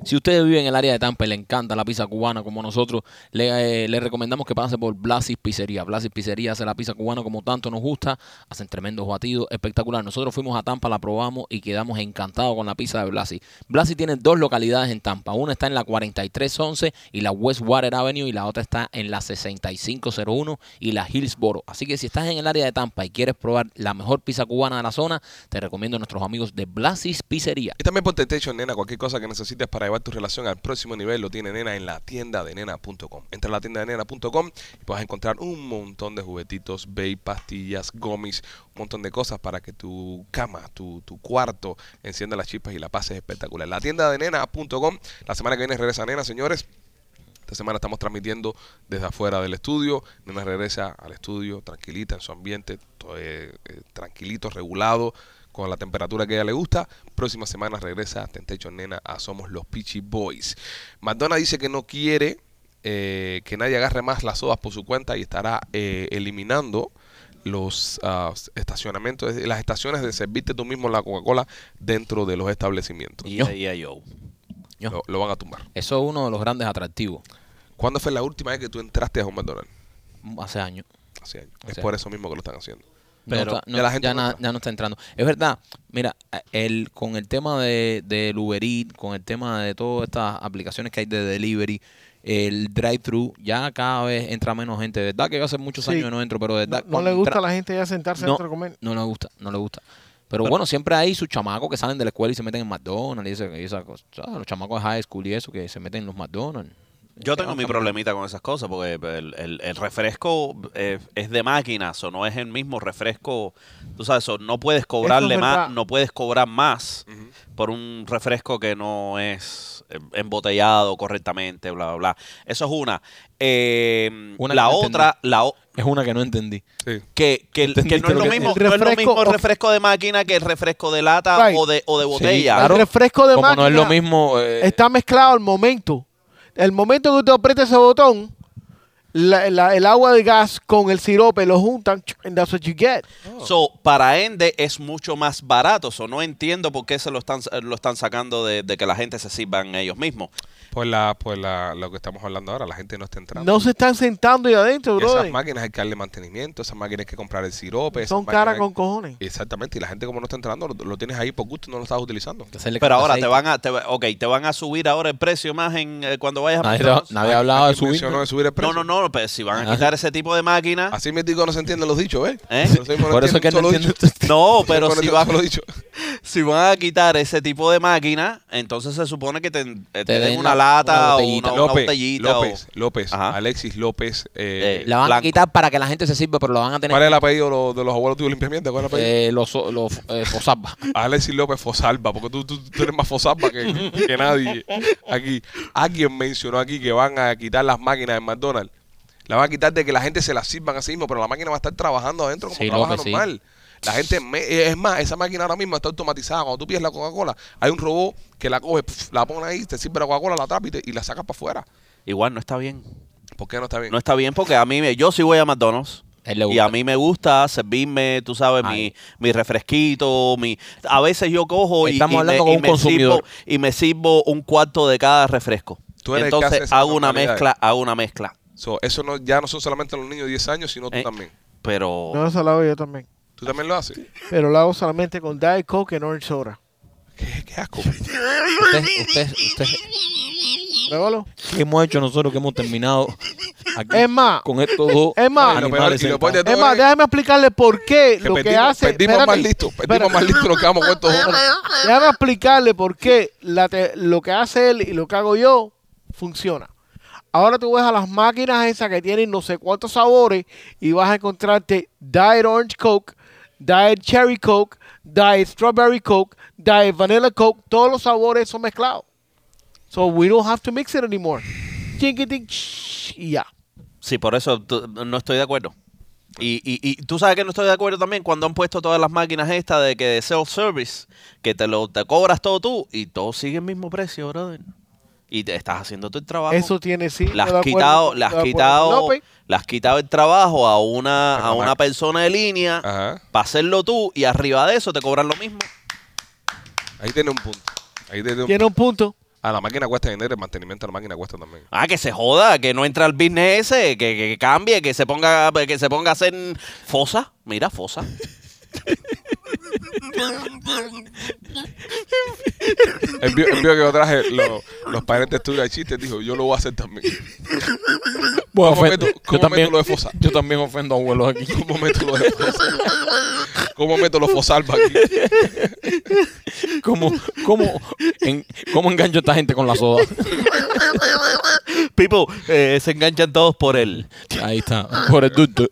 Speaker 2: Si ustedes viven en el área de Tampa y le encanta la pizza cubana como nosotros, le, eh, le recomendamos que pase por Blasis Pizzería. Blasis Pizzería hace la pizza cubana como tanto nos gusta, hacen tremendos batidos, espectacular. Nosotros fuimos a Tampa, la probamos y quedamos encantados con la pizza de Blasis. Blasis tiene dos localidades en Tampa. Una está en la 4311 y la Westwater Avenue y la otra está en la 6501 y la Hillsboro. Así que si estás en el área de Tampa y quieres probar la mejor pizza cubana de la zona, te recomiendo a nuestros amigos de Blasis Pizzería.
Speaker 1: Y también por Temptation, nena, cualquier cosa que necesites para llevar tu relación al próximo nivel lo tiene nena en la tienda de nena.com. Entra a la tienda de nena.com y vas a encontrar un montón de juguetitos, baby, pastillas, gomis, un montón de cosas para que tu cama, tu, tu cuarto, encienda las chispas y la pases espectacular. La tienda de nena.com. La semana que viene regresa nena, señores. Esta semana estamos transmitiendo desde afuera del estudio. Nena regresa al estudio tranquilita en su ambiente, to- eh, eh, tranquilito, regulado, con la temperatura que a ella le gusta. Próxima semana regresa Tentecho Nena a Somos los Peachy Boys. Madonna dice que no quiere eh, que nadie agarre más las sodas por su cuenta y estará eh, eliminando los ah, estacionamientos, es decir, las estaciones de servirte tú mismo la Coca-Cola dentro de los establecimientos.
Speaker 4: Y ahí a yo.
Speaker 2: Yo.
Speaker 1: Lo, lo van a tumbar.
Speaker 2: Eso es uno de los grandes atractivos.
Speaker 1: ¿Cuándo fue la última vez que tú entraste a un McDonald's?
Speaker 2: Hace años.
Speaker 1: Hace años.
Speaker 2: Hace
Speaker 1: Es
Speaker 2: años.
Speaker 1: por eso mismo que lo están haciendo.
Speaker 2: No
Speaker 4: Pero
Speaker 2: está- no,
Speaker 1: ya
Speaker 2: ya,
Speaker 1: la gente no
Speaker 2: na-
Speaker 1: entra.
Speaker 2: ya no está entrando. Es verdad, mira, a- el, con el tema de, del Uber Eats, con el tema de todas estas aplicaciones que hay de delivery, el drive-thru, ya cada vez entra menos gente. De verdad que yo hace muchos
Speaker 3: Sí.
Speaker 2: años que no entro, pero de
Speaker 3: No,
Speaker 2: verdad.
Speaker 3: no le
Speaker 2: cuando
Speaker 3: gusta a
Speaker 2: entra-
Speaker 3: la gente ya sentarse
Speaker 2: No.
Speaker 3: dentro a comer.
Speaker 2: No le gusta, no le gusta. Pero, bueno, siempre hay sus chamacos que salen de la escuela y se meten en McDonald's y esa, y esa cosa. ¿sabes? Los chamacos de high school y eso que se meten en los McDonald's.
Speaker 4: Yo
Speaker 2: Que
Speaker 4: tengo
Speaker 2: van
Speaker 4: mi
Speaker 2: caminando.
Speaker 4: problemita con esas cosas porque el, el- el refresco eh, es de máquinas o no es el mismo refresco. Tú sabes, o no puedes cobrarle
Speaker 3: verdad.
Speaker 4: más, no puedes cobrar más
Speaker 1: Ujú.
Speaker 4: por un refresco que no es eh, embotellado correctamente, bla, bla, bla. Eso es una. Eh,
Speaker 2: Una
Speaker 4: la
Speaker 2: que no
Speaker 4: otra, la o-
Speaker 2: Es una que no entendí.
Speaker 1: Sí.
Speaker 4: que, que, que no
Speaker 2: Entendiste lo
Speaker 4: es lo
Speaker 2: que-
Speaker 4: mismo,
Speaker 3: el
Speaker 4: no es lo
Speaker 3: refresco
Speaker 4: mismo el
Speaker 3: o-
Speaker 4: refresco de máquina que el refresco de lata
Speaker 3: Right.
Speaker 4: o de, o de
Speaker 2: Sí,
Speaker 4: botella.
Speaker 2: Claro.
Speaker 3: El refresco de
Speaker 2: Como
Speaker 3: máquina
Speaker 2: no es lo mismo. eh,
Speaker 3: está mezclado al momento. El momento que usted aprieta ese botón, la- la- el agua de gas con el sirope lo juntan and that's what you get.
Speaker 4: So, para Ende es mucho más barato. So, no entiendo por qué se lo están, lo están sacando de, de que la gente se sirvan ellos mismos.
Speaker 1: Pues la, pues la, lo que estamos hablando ahora, la gente no está entrando.
Speaker 3: No se están sentando ahí adentro,
Speaker 1: esas
Speaker 3: brother.
Speaker 1: máquinas hay que darle mantenimiento, esas máquinas hay que comprar el sirope. esas
Speaker 3: Son
Speaker 1: máquinas-
Speaker 3: caras con cojones.
Speaker 1: Exactamente, y la gente como no está entrando, lo, lo tienes ahí por gusto, no lo estás utilizando.
Speaker 2: hacerle
Speaker 4: Pero
Speaker 2: con
Speaker 4: ahora te
Speaker 2: aceite.
Speaker 4: van a, te, va- ok, te van a subir ahora el precio más en eh, cuando vayas a
Speaker 2: Nadie,
Speaker 4: McDonald's.
Speaker 2: nadie ha hablado de
Speaker 1: Aquí
Speaker 2: Ah, subir.
Speaker 1: mencionó de subir el
Speaker 4: No,
Speaker 1: precio. Ah,
Speaker 4: no, no, pero si van a
Speaker 2: Ah.
Speaker 4: quitar ese tipo de máquinas.
Speaker 1: Así me digo, no se entienden los dichos, ¿eh?
Speaker 4: ¿Eh?
Speaker 1: eso mismo
Speaker 2: Por eso es que
Speaker 1: entiendo
Speaker 2: no
Speaker 1: un solo
Speaker 2: entiendo.
Speaker 1: dicho. este
Speaker 4: No,
Speaker 1: Por
Speaker 4: pero
Speaker 1: eso
Speaker 4: si
Speaker 1: no entiendo un
Speaker 4: van,
Speaker 1: solo dicho.
Speaker 4: si van a quitar ese tipo de máquina, entonces se supone que te, eh, te
Speaker 2: Te
Speaker 4: den
Speaker 2: den
Speaker 4: una
Speaker 2: la- una
Speaker 4: lata o
Speaker 2: botellita.
Speaker 4: una, una
Speaker 1: López,
Speaker 4: botellita. o-
Speaker 1: López, López,
Speaker 4: Ajá.
Speaker 1: Alexis López. eh,
Speaker 4: Eh,
Speaker 2: La van a
Speaker 4: Blanco.
Speaker 2: quitar para que la gente se sirva, pero la van a
Speaker 4: Eh,
Speaker 2: tener
Speaker 1: ¿Cuál es el apellido lo- de los abuelos tuyos limpiamiento? ¿Cuál es el apellido?
Speaker 2: eh, los, los eh, Fosamba.
Speaker 1: Alexis López Fosalba, porque tú, tú, tú eres más Fosalba que, que nadie aquí. Alguien mencionó aquí que van a quitar las máquinas de McDonald's. La van a quitar de que la gente se las sirvan a sí mismo, pero la máquina va a estar trabajando adentro como
Speaker 2: Sí,
Speaker 1: trabaja
Speaker 2: López, sí.
Speaker 1: normal. La gente, me- eh, es más, esa máquina ahora mismo está automatizada. Cuando tú pides la Coca-Cola, hay un robot que la coge, pf, la pone ahí, te sirve la Coca-Cola, la tapa y, te- y la saca para afuera.
Speaker 4: Igual no está bien.
Speaker 1: ¿Por qué no está bien?
Speaker 4: No está bien porque a mí, me- yo sí voy a McDonald's.
Speaker 2: Él le
Speaker 4: Y
Speaker 2: gusta.
Speaker 4: a mí me gusta servirme, tú sabes, mi,
Speaker 2: Ay.
Speaker 4: mi refresquito, mi... A veces yo cojo y,
Speaker 2: Estamos
Speaker 4: y me-
Speaker 2: hablando con
Speaker 4: y
Speaker 2: un
Speaker 4: me
Speaker 2: consumidor.
Speaker 4: sirvo, y me sirvo un cuarto de cada refresco.
Speaker 1: Tú eres el que hace
Speaker 4: Entonces
Speaker 1: esas
Speaker 4: hago una
Speaker 1: barbaridades.
Speaker 4: mezcla, hago una mezcla.
Speaker 1: So, eso no, ya no son solamente los niños de 10 años, sino tú
Speaker 4: Eh.
Speaker 1: también.
Speaker 4: Pero
Speaker 3: No, eso lo hago yo también.
Speaker 1: ¿Tú también lo haces?
Speaker 3: Pero lo hago solamente con Diet Coke y Orange Soda.
Speaker 1: ¿Qué, qué asco?
Speaker 2: Usted, usted, usted,
Speaker 3: Pruébalo.
Speaker 2: ¿Qué hemos hecho nosotros que hemos terminado aquí
Speaker 3: Es más,
Speaker 2: con estos dos
Speaker 3: es más-
Speaker 1: Y lo peor-
Speaker 2: animales
Speaker 1: y lo peor de
Speaker 2: sentados?
Speaker 1: todo
Speaker 3: es más,
Speaker 1: es-
Speaker 3: déjame explicarle por qué
Speaker 1: Que
Speaker 3: lo que
Speaker 1: perdimos,
Speaker 3: hace.
Speaker 1: perdimos
Speaker 3: espérate,
Speaker 1: más listos, perdimos
Speaker 3: espérate.
Speaker 1: más listos nos quedamos cortos.
Speaker 3: Déjame explicarle por qué la te- lo que hace él y lo que hago yo funciona. Ahora tú ves a las máquinas esas que tienen no sé cuántos sabores y vas a encontrarte Diet Orange Coke, Diet Cherry Coke, Diet Strawberry Coke, Diet Vanilla Coke, todos los sabores son mezclados. So we don't have to mix it anymore. Chinquitín, shh, y ya.
Speaker 4: sí, por eso tú- no estoy de acuerdo. Y, y, y tú sabes que no estoy de acuerdo también cuando han puesto todas las máquinas estas de que de self-service, que te lo te cobras todo tú y todo sigue el mismo precio, brother. Y te estás haciendo tu trabajo.
Speaker 3: Eso tiene sí.
Speaker 4: le has
Speaker 3: estoy de acuerdo
Speaker 4: quitado,
Speaker 3: con-
Speaker 4: le has
Speaker 3: estoy de acuerdo pues, con
Speaker 4: quitado,
Speaker 3: López.
Speaker 4: le has quitado el trabajo a una,
Speaker 1: Pero
Speaker 4: a una
Speaker 1: Mac-
Speaker 4: persona de línea
Speaker 1: Ajá.
Speaker 4: para hacerlo tú y arriba de eso te cobran lo mismo.
Speaker 1: Ahí tiene un punto. Ahí tiene un
Speaker 3: Tiene un punto.
Speaker 1: A la máquina cuesta dinero, el mantenimiento de la máquina cuesta también.
Speaker 4: Ah, que se joda, que no entra al business ese, que, que- que cambie, que se ponga, que se ponga a hacer fosa. Mira, fosa.
Speaker 1: Él vio, él vio que yo traje lo- los paneles de estudio de chistes, dijo, yo lo voy a hacer también.
Speaker 5: Voy a
Speaker 1: ¿Cómo
Speaker 5: ofender-
Speaker 1: meto- cómo meto lo de fosa?
Speaker 5: Yo también ofendo a abuelos aquí.
Speaker 1: ¿Cómo meto los ¿Cómo meto los fosalva aquí?
Speaker 5: ¿Cómo, cómo, en- cómo engancho a esta gente con la soda?
Speaker 4: People, eh, se enganchan todos por él.
Speaker 5: Ahí está, por el ducto.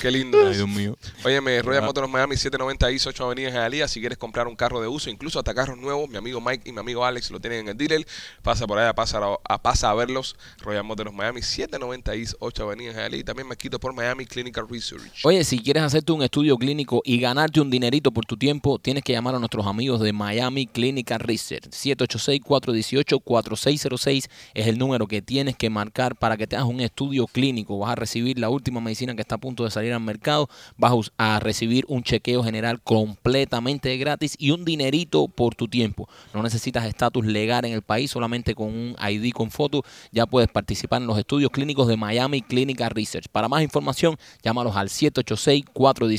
Speaker 1: Qué lindo, qué lindo.
Speaker 5: Ay, Dios mío.
Speaker 1: Óyeme, Royal Motors Miami, 790 East, 8 Avenida Jalía. Si quieres comprar un carro de uso, incluso hasta carros nuevos, mi amigo Mike y mi amigo Alex lo tienen en el dealer. Pasa por allá, pasa a, a- pasa a verlos. Royal Motors Miami, 790 East, 8 Avenida Jalía. Y también me quito por Miami Clinical Research.
Speaker 2: Oye, si quieres hacerte un estudio clínico y ganarte un dinerito por tu tiempo, tienes que llamar a nuestros amigos de Miami Clinical Research. 786-418-4606 es el número que tienes que marcar para que te hagas un estudio clínico. Vas a recibir la última medicina que está a punto de salir al mercado. Vas a us- a recibir un chequeo general completamente gratis y un dinerito por tu tiempo. No necesitas estatus legal en el país, solamente con un ID con foto ya puedes participar en los estudios clínicos de Miami Clinical Research. Para más información, llámalos al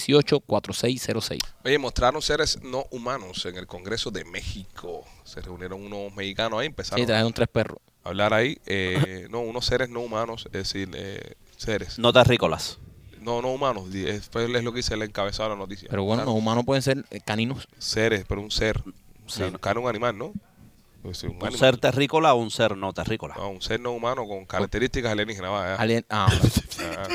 Speaker 2: 786-418-4606.
Speaker 1: Oye, mostraron seres no humanos en el Congreso de México. Se reunieron unos mexicanos ahí,
Speaker 2: Sí,
Speaker 1: empezaron
Speaker 2: trajeron tres perros.
Speaker 1: a hablar ahí. eh, no, unos seres no humanos, es decir, eh, seres.
Speaker 4: Notas rícolas.
Speaker 1: No, no humanos. di- Es fue- es lo que dice el encabezado de la noticia.
Speaker 2: Pero bueno, los
Speaker 1: Claro,
Speaker 2: humanos pueden ser eh, caninos.
Speaker 1: Seres, pero un ser. O sea,
Speaker 4: Mm, Sí.
Speaker 1: buscar un animal, ¿no? Pues, un,
Speaker 4: Un
Speaker 1: animal.
Speaker 4: ser terrícola o un ser no terrícola.
Speaker 1: No, un ser no humano con características alienígenas. va, ya.
Speaker 2: Alien- ah,
Speaker 1: Ah,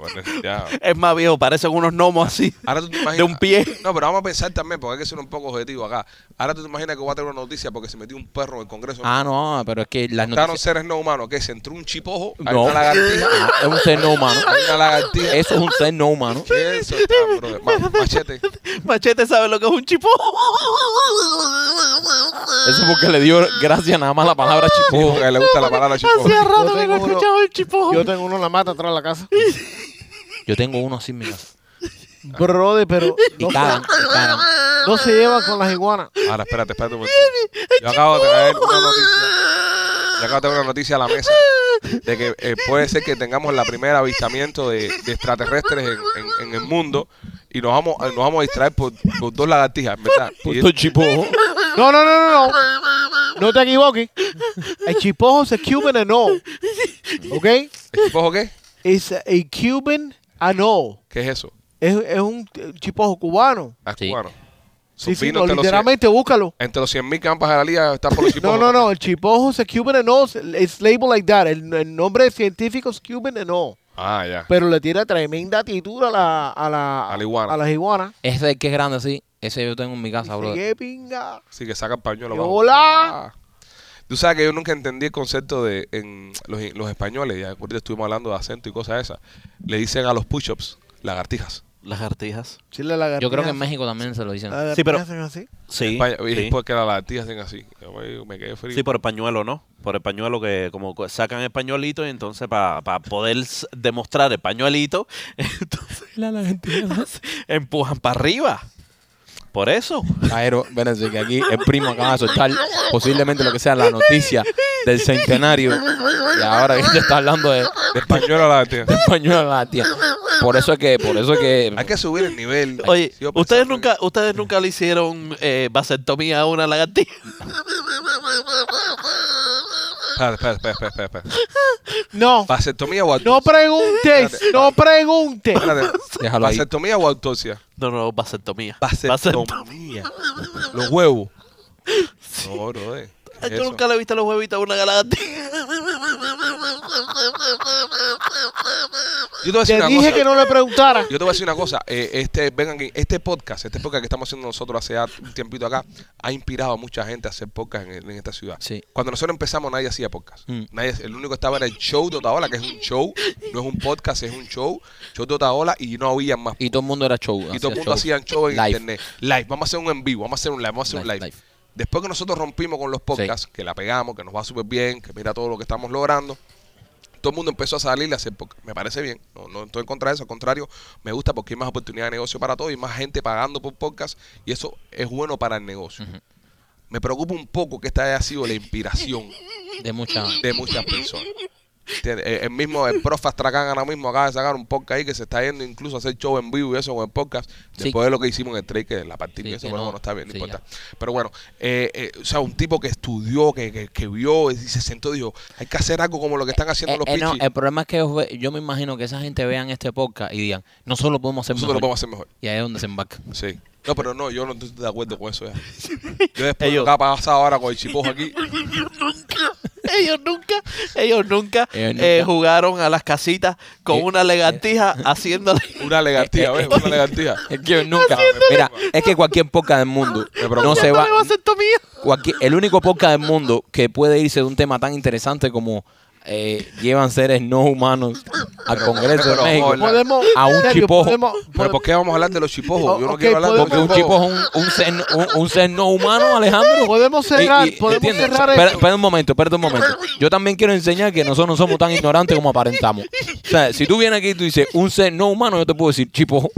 Speaker 1: bueno, ya.
Speaker 4: Es más viejo, parecen unos gnomos así.
Speaker 1: Ahora tú te imaginas.
Speaker 4: De un pie.
Speaker 1: No, pero vamos a pensar también, porque hay que ser un poco objetivo acá. Ahora tú te imaginas que voy a tener una noticia porque se metió un perro en el Congreso.
Speaker 2: ah, no, pero es que las
Speaker 1: Mostraron
Speaker 2: noticias...
Speaker 1: seres no humanos, que se entró un chipojo, hay
Speaker 2: No,
Speaker 1: una lagartija,
Speaker 2: Ah, es un ser no humano.
Speaker 1: hay una lagartija.
Speaker 2: Eso es un ser no humano.
Speaker 1: Eso está, brother. Ma- Machete.
Speaker 4: Oh. Machete sabe lo que es un chipo.
Speaker 5: Eso porque le dio gracias nada más la palabra
Speaker 1: Sí,
Speaker 5: chipojo.
Speaker 1: porque le gusta la palabra chipojo.
Speaker 4: Hacía
Speaker 3: Yo
Speaker 4: rato que no
Speaker 3: tengo uno-
Speaker 4: escuchaba el chipo.
Speaker 3: Yo tengo uno en la mata atrás de la casa.
Speaker 2: Yo tengo uno así en mi casa.
Speaker 3: Brother, pero
Speaker 2: Y
Speaker 3: no,
Speaker 2: cagan, y cagan.
Speaker 3: no se lleva con las iguanas.
Speaker 1: Ahora, espérate, espérate un momento. Yo acabo de traer una noticia. Yo acabo de traer una noticia a la mesa de que eh, puede ser que tengamos el primer avistamiento de, de extraterrestres en, en- en el mundo y nos vamos, nos vamos a distraer por, por dos lagartijas, ¿verdad? Y
Speaker 5: Puto chipojo.
Speaker 3: No, no, no, no, no. No te equivoques. El chipojo es a Cuban anole. ¿Ok?
Speaker 1: ¿El chipojo este qué?
Speaker 3: Es a Cuban anole.
Speaker 1: ¿Qué es eso?
Speaker 3: Es, es un eh, chipojo cubano.
Speaker 1: Ah,
Speaker 2: Sí.
Speaker 1: cubano.
Speaker 3: Sí, sí,
Speaker 1: Supino
Speaker 3: no,
Speaker 1: entre los cien-
Speaker 3: literalmente búscalo.
Speaker 1: Entre los 100.000 que van para la liga está por los
Speaker 3: No,
Speaker 1: chipojos.
Speaker 3: no, no. El chipojo es a Cuban anole. It's labeled like that. El, el nombre científico es Cuban anole.
Speaker 1: Ah, ya.
Speaker 3: Pero le tira tremenda titura a la, a la,
Speaker 1: A la iguana.
Speaker 3: A las iguanas.
Speaker 2: Ese que es grande así, ese yo tengo en mi casa, bro.
Speaker 3: Qué pinga.
Speaker 1: Sí, que saca el pañuelo. abajo.
Speaker 3: Hola.
Speaker 1: Ah. Tú sabes que yo nunca entendí el concepto de en los, los españoles, ya ahorita estuvimos hablando de acento y cosas esas, le dicen a los push-ups lagartijas.
Speaker 4: Las artijas.
Speaker 3: Sí, la lagartija
Speaker 2: Yo creo que en
Speaker 3: hace-
Speaker 2: México también se lo dicen.
Speaker 1: Ah.
Speaker 3: la
Speaker 4: Sí, pero-
Speaker 3: lagartija hacen así.
Speaker 4: Sí.
Speaker 1: España- y
Speaker 4: sí.
Speaker 1: es porque las lagartijas hacen así. Yo me- me quedé frío.
Speaker 4: Sí, por el pañuelo, ¿no? Por el pañuelo que como co- sacan el pañuelito y entonces para poder s- demostrar el pañuelito, entonces empujan para arriba. Por eso.
Speaker 5: Caero, espérense que aquí el primo acaba de soltar posiblemente lo que sea la noticia del centenario. Y ahora que se está hablando de, de
Speaker 1: De español a lagartija.
Speaker 5: pañuelo a la tía. Por eso es que, por eso es que.
Speaker 1: Hay que subir el nivel.
Speaker 4: Oye,
Speaker 1: Sigo pensando
Speaker 4: ustedes
Speaker 1: que-
Speaker 4: nunca, ustedes nunca le hicieron eh, vasectomía a una lagartija.
Speaker 1: Espera, espera, espera, espera, espera, espera.
Speaker 3: No.
Speaker 1: ¿Vasectomía o
Speaker 3: No
Speaker 1: autopsia?
Speaker 3: preguntes. no preguntes.
Speaker 1: Espérate.
Speaker 5: Déjalo ahí.
Speaker 1: ¿Vasectomía o autopsia?
Speaker 4: No, no, vasectomía. Vasectomía.
Speaker 1: Vasectomía. Los huevos. No, bro. eh. ¿Qué es
Speaker 4: Yo
Speaker 1: eso?
Speaker 4: nunca le he visto los huevitos a una lagartija.
Speaker 1: Yo te voy a decir
Speaker 3: Te
Speaker 1: una
Speaker 3: dije
Speaker 1: cosa.
Speaker 3: que no le preguntara.
Speaker 1: Yo te voy a decir una cosa, eh, este, vengan aquí, este podcast, este podcast que estamos haciendo nosotros hace ya un tiempito acá, ha inspirado a mucha gente a hacer podcast en, en esta ciudad.
Speaker 2: Sí.
Speaker 1: Cuando nosotros empezamos nadie hacía podcast.
Speaker 2: Mm.
Speaker 1: Nadie, el único que estaba era el show de Otaola, que es un show, no es un podcast, es un show, show de Otaola y no había más.
Speaker 2: Y todo el mundo era show.
Speaker 1: Y todo el mundo
Speaker 2: hacía
Speaker 1: hacía show en
Speaker 2: Live.
Speaker 1: internet. Live, vamos a hacer un en vivo, vamos a hacer un live, vamos a hacer
Speaker 2: Live,
Speaker 1: un live.
Speaker 2: live.
Speaker 1: Después que nosotros rompimos con los podcasts, que la pegamos, que nos va súper bien, que mira todo lo que estamos logrando, todo el mundo empezó a salir a hacer porque me parece bien. No, no estoy en contra de eso, al contrario, me gusta porque hay más oportunidad de negocio para todos y más gente pagando por podcast y eso es bueno para el negocio. Me preocupa un poco que esta haya sido la inspiración
Speaker 6: De mucha.
Speaker 1: de muchas personas. ¿Entiendes? Eh, El el mismo, el profe Astracán ahora mismo acaba de sacar un podcast ahí que se está yendo incluso a hacer show en vivo y eso con el podcast.
Speaker 6: Sí.
Speaker 1: Después de lo que hicimos en el trade, que la partida
Speaker 6: Sí,
Speaker 1: y eso,
Speaker 6: que
Speaker 1: pero
Speaker 6: no.
Speaker 1: bueno, está bien, no
Speaker 6: Sí,
Speaker 1: importa. Pero bueno, eh, eh, o sea, un tipo que estudió, que, que, que vio y se sentó y dijo, hay que hacer algo como lo que están haciendo
Speaker 6: Eh,
Speaker 1: los
Speaker 6: eh, no,
Speaker 1: pichis.
Speaker 6: el problema es que ellos ve- yo me imagino que esa gente vean este podcast y digan, nosotros lo podemos hacer
Speaker 1: Nosotros
Speaker 6: mejor".
Speaker 1: lo podemos hacer mejor.
Speaker 6: Y ahí es donde se embarca.
Speaker 1: Sí. No, pero no, yo no estoy de acuerdo con eso ya. Yo después de
Speaker 4: Ellos-
Speaker 1: lo que ha pasado ahora con el chipojo aquí,
Speaker 4: ellos nunca, ellos nunca,
Speaker 6: Ellos
Speaker 4: eh,
Speaker 6: nunca.
Speaker 4: jugaron a las casitas con
Speaker 6: Eh,
Speaker 4: una legatija haciéndole.
Speaker 1: una
Speaker 6: Eh,
Speaker 1: legantía,
Speaker 6: eh,
Speaker 1: ¿ves?
Speaker 6: eh,
Speaker 1: Una legantía.
Speaker 2: Es que nunca. Mira, es que cualquier podcast del mundo no se va. cualquier- el único podcast del mundo que puede irse de un tema tan interesante como eh, llevan seres no humanos al Congreso de
Speaker 1: Pero,
Speaker 2: México.
Speaker 1: hola.
Speaker 3: Podemos.
Speaker 2: A un
Speaker 3: Sergio,
Speaker 2: chipojo.
Speaker 3: Podemos,
Speaker 1: Pero ¿por
Speaker 3: podemos-
Speaker 1: qué vamos a hablar de los chipojos?
Speaker 3: Oh,
Speaker 1: yo no
Speaker 3: ok,
Speaker 1: quiero hablar de los
Speaker 2: Porque un
Speaker 1: chipojos.
Speaker 2: chipojo es un, un ser, no- un, un ser no humano, Alejandro.
Speaker 3: Podemos cerrar, podemos
Speaker 2: ¿entiendes?
Speaker 3: cerrar
Speaker 2: Espera,
Speaker 3: esto.
Speaker 2: espera un momento, espera un momento. Yo también quiero enseñar que nosotros no somos tan ignorantes como aparentamos. O sea, si tú vienes aquí y tú dices un ser no humano, yo te puedo decir chipojo.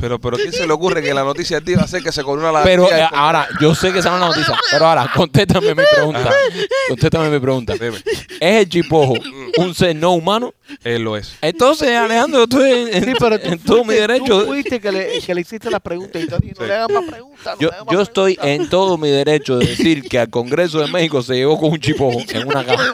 Speaker 1: Pero, pero ¿quién se le ocurre que la noticia de ti va a ser que se coronó la
Speaker 2: Pero
Speaker 1: tía? pues,
Speaker 2: eh, ahora, yo sé que esa no es la noticia, pero ahora, contéstame mi pregunta. Contéstame mi pregunta.
Speaker 1: Dime.
Speaker 2: ¿Es el chipojo un ser no humano?
Speaker 1: Él lo es.
Speaker 2: Entonces, Alejandro, yo estoy en, en-
Speaker 3: Sí, pero tú
Speaker 2: en todo mi
Speaker 3: fuiste- Tú
Speaker 2: derecho.
Speaker 3: fuiste que le, que le hiciste las preguntas y te dije, no
Speaker 1: Sí.
Speaker 3: le hagas más preguntas. no
Speaker 2: Yo,
Speaker 3: le hagas más
Speaker 2: yo estoy
Speaker 3: preguntas.
Speaker 2: en todo mi derecho de decir que al Congreso de México se llegó con un chipojo en una caja.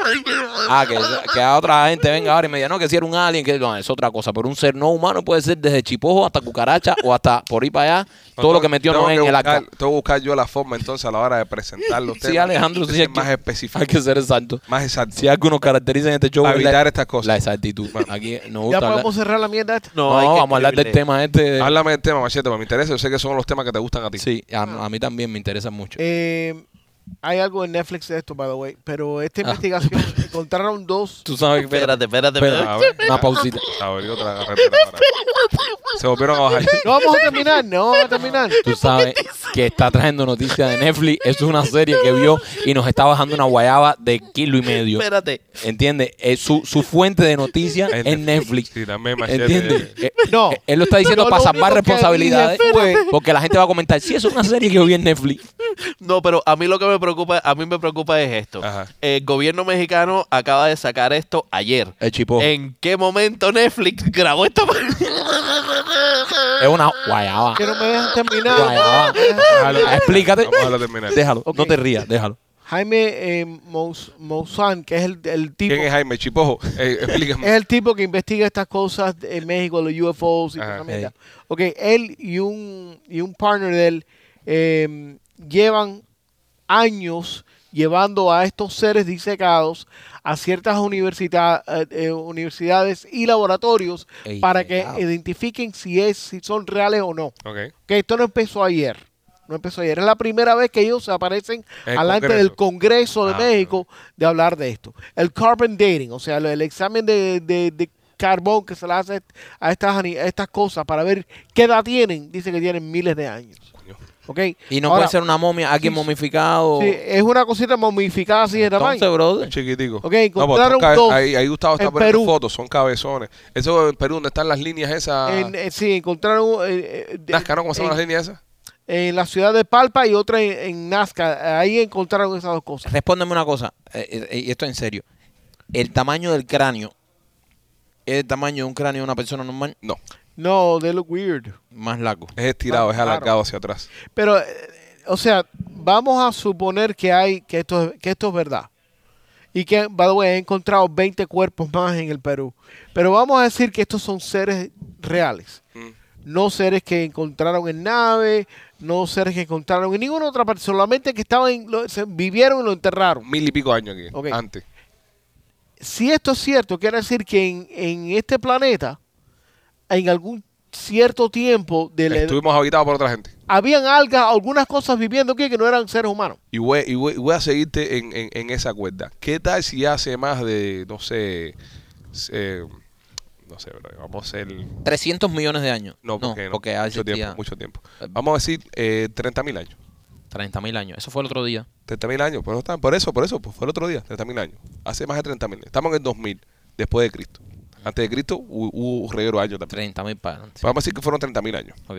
Speaker 2: Ah, que, que a otra gente venga ahora y me diga, no, que si era un alien, que no, es otra cosa. Pero un ser no humano puede ser desde chipojo hasta cucaracha o hasta por ahí para allá, todo lo que metió
Speaker 1: Tengo
Speaker 2: no en
Speaker 1: que
Speaker 2: el
Speaker 1: buscar-
Speaker 2: acta.
Speaker 1: Tengo que buscar yo la forma entonces a la hora de presentar los temas.
Speaker 2: Sí, Alejandro,
Speaker 1: Hay que
Speaker 2: sí,
Speaker 1: ser
Speaker 2: hay que-
Speaker 1: más específico.
Speaker 2: Hay que ser exacto.
Speaker 1: Más exacto.
Speaker 2: Si algo nos caracteriza en este show
Speaker 1: Para
Speaker 2: es la-
Speaker 1: evitar estas cosas.
Speaker 2: La exactitud. Aquí nos
Speaker 3: Ya
Speaker 2: gusta hablar-
Speaker 3: podemos cerrar la mierda esta.
Speaker 2: No,
Speaker 4: hay que
Speaker 2: vamos a hablar del
Speaker 4: escribirle.
Speaker 2: tema este. de-
Speaker 1: Háblame del tema, Machete, porque me interesa. Yo sé que son los temas que te gustan a ti.
Speaker 2: Sí, a, a mí también me interesa mucho.
Speaker 3: Eh, hay algo en Netflix de esto, by the way. Pero esta
Speaker 2: Ah.
Speaker 3: investigación encontraron dos.
Speaker 2: Tú sabes que...
Speaker 4: Espérate, espérate,
Speaker 2: Espera,
Speaker 1: A
Speaker 4: espérate.
Speaker 1: ver.
Speaker 2: una pausita.
Speaker 1: Abrió otra carretera. ahora. Se volvieron a bajar.
Speaker 3: No vamos a terminar, no vamos a terminar.
Speaker 2: Tú sabes que está trayendo noticias de Netflix. Eso es una serie que vio y nos está bajando una guayaba de kilo y medio.
Speaker 4: Espérate.
Speaker 2: ¿Entiendes? Eh, su, su fuente de noticias es Netflix.
Speaker 1: Sí, también Machete.
Speaker 2: ¿Entiendes? Eh,
Speaker 3: No.
Speaker 2: Él lo está diciendo
Speaker 3: Yo
Speaker 2: para
Speaker 3: lo
Speaker 2: salvar
Speaker 3: único que
Speaker 2: responsabilidades.
Speaker 3: dije fue-
Speaker 2: Porque la gente va a comentar, sí, eso es una serie que yo vi en Netflix.
Speaker 4: No, pero a mí lo que me preocupa, a mí me preocupa es esto.
Speaker 1: Ajá.
Speaker 4: El gobierno mexicano acaba de sacar esto ayer.
Speaker 1: Eh,
Speaker 2: El
Speaker 1: oh.
Speaker 2: chipojo.
Speaker 4: ¿En qué momento Netflix grabó esto?
Speaker 2: Es una guayaba.
Speaker 3: Que no me dejan terminar.
Speaker 2: Guayaba.
Speaker 1: Déjalo.
Speaker 2: Explícate.
Speaker 1: Vamos a dejarlo terminar.
Speaker 2: Déjalo.
Speaker 3: Ok.
Speaker 2: No te rías, déjalo.
Speaker 3: Jaime eh, Mous- Moussan, que es el, el tipo.
Speaker 1: ¿Quién es
Speaker 3: Es?
Speaker 1: Jaime Chipojo? Eh, explícame.
Speaker 3: el tipo que investiga estas cosas en México, los UFOs y toda
Speaker 1: Ajá.
Speaker 3: esa mierda. Ok, él y un, y un partner de él eh, llevan años llevando a estos seres disecados a ciertas universita- eh, eh, universidades y laboratorios
Speaker 2: Ey,
Speaker 3: para que
Speaker 2: pecado.
Speaker 3: identifiquen si, es, si son reales o no.
Speaker 1: Ok.
Speaker 3: Que esto no empezó ayer. No empezó ayer. Es la primera vez que ellos aparecen
Speaker 1: El
Speaker 3: alante
Speaker 1: Congreso.
Speaker 3: del Congreso de
Speaker 1: Ah,
Speaker 3: México de hablar de esto. El carbon dating, o sea, lo- el examen de, de- de carbón que se le hace a estas, ani- a estas cosas para ver qué edad tienen. Dice que tienen miles de años.
Speaker 1: Coño.
Speaker 3: ¿Ok?
Speaker 2: Y no
Speaker 3: Ahora,
Speaker 2: puede ser una momia, alguien momificado.
Speaker 3: sí, es una cosita momificada así de
Speaker 2: Entonces,
Speaker 3: tamaño.
Speaker 2: brother.
Speaker 1: Chiquitico.
Speaker 3: Ok,
Speaker 1: No, pues,
Speaker 3: encontraron
Speaker 1: son cabe-
Speaker 3: dos
Speaker 1: ahí, ahí Gustavo está
Speaker 3: en
Speaker 1: poniendo
Speaker 3: Perú.
Speaker 1: fotos, son cabezones. Eso en Perú, ¿dónde están las líneas esas?
Speaker 3: En, eh, sí, encontraron eh, eh, de-
Speaker 1: Nazca, ¿no? ¿Cómo se llaman
Speaker 3: en-
Speaker 1: las líneas esas?
Speaker 3: en la ciudad de Palpa y otra en, en Nazca. Ahí encontraron esas dos cosas.
Speaker 2: Respóndeme una cosa, eh, eh, eh, y esto en serio. ¿El tamaño del cráneo es el tamaño de un cráneo de una persona normal?
Speaker 1: No,
Speaker 3: No, they look weird.
Speaker 2: Más largo.
Speaker 1: es estirado,
Speaker 3: Ah,
Speaker 1: es
Speaker 3: claro.
Speaker 1: alargado hacia atrás.
Speaker 3: Pero, eh, o sea, vamos a suponer que hay que esto, es- que esto es verdad. Y que, by the way, he encontrado 20 cuerpos más en el Perú. Pero vamos a decir que estos son seres reales.
Speaker 1: Mm.
Speaker 3: No seres que encontraron en nave, no seres que encontraron en ninguna otra parte, solamente que estaban, en lo- se vivieron y lo enterraron.
Speaker 1: Mil y pico años aquí,
Speaker 3: Ok.
Speaker 1: antes.
Speaker 3: si esto es cierto, quiere decir que en, en este planeta, en algún cierto tiempo de la edad-
Speaker 1: Estuvimos habitados por otra gente.
Speaker 3: habían algas, algunas cosas viviendo aquí que no eran seres humanos.
Speaker 1: Y voy, y voy- y voy a seguirte en, en- en esa cuerda. ¿Qué tal si hace más de, no sé, eh, no sé, pero vamos a ser...
Speaker 2: 300 millones de años.
Speaker 1: No, porque no,
Speaker 2: porque
Speaker 1: mucho tiempo, mucho tiempo. Vamos a decir eh, 30.000 años.
Speaker 2: 30 mil años. Eso fue el otro día.
Speaker 1: 30.000 años, por eso, por eso, por eso, pues fue el otro día, 30.000 años. Hace más de 30.000. Estamos en el 2000. después de Cristo. Antes de Cristo hu- hubo un reguero de años también.
Speaker 2: 30 mil para adelante.
Speaker 1: Vamos a decir que fueron 30.000 años.
Speaker 2: Ok.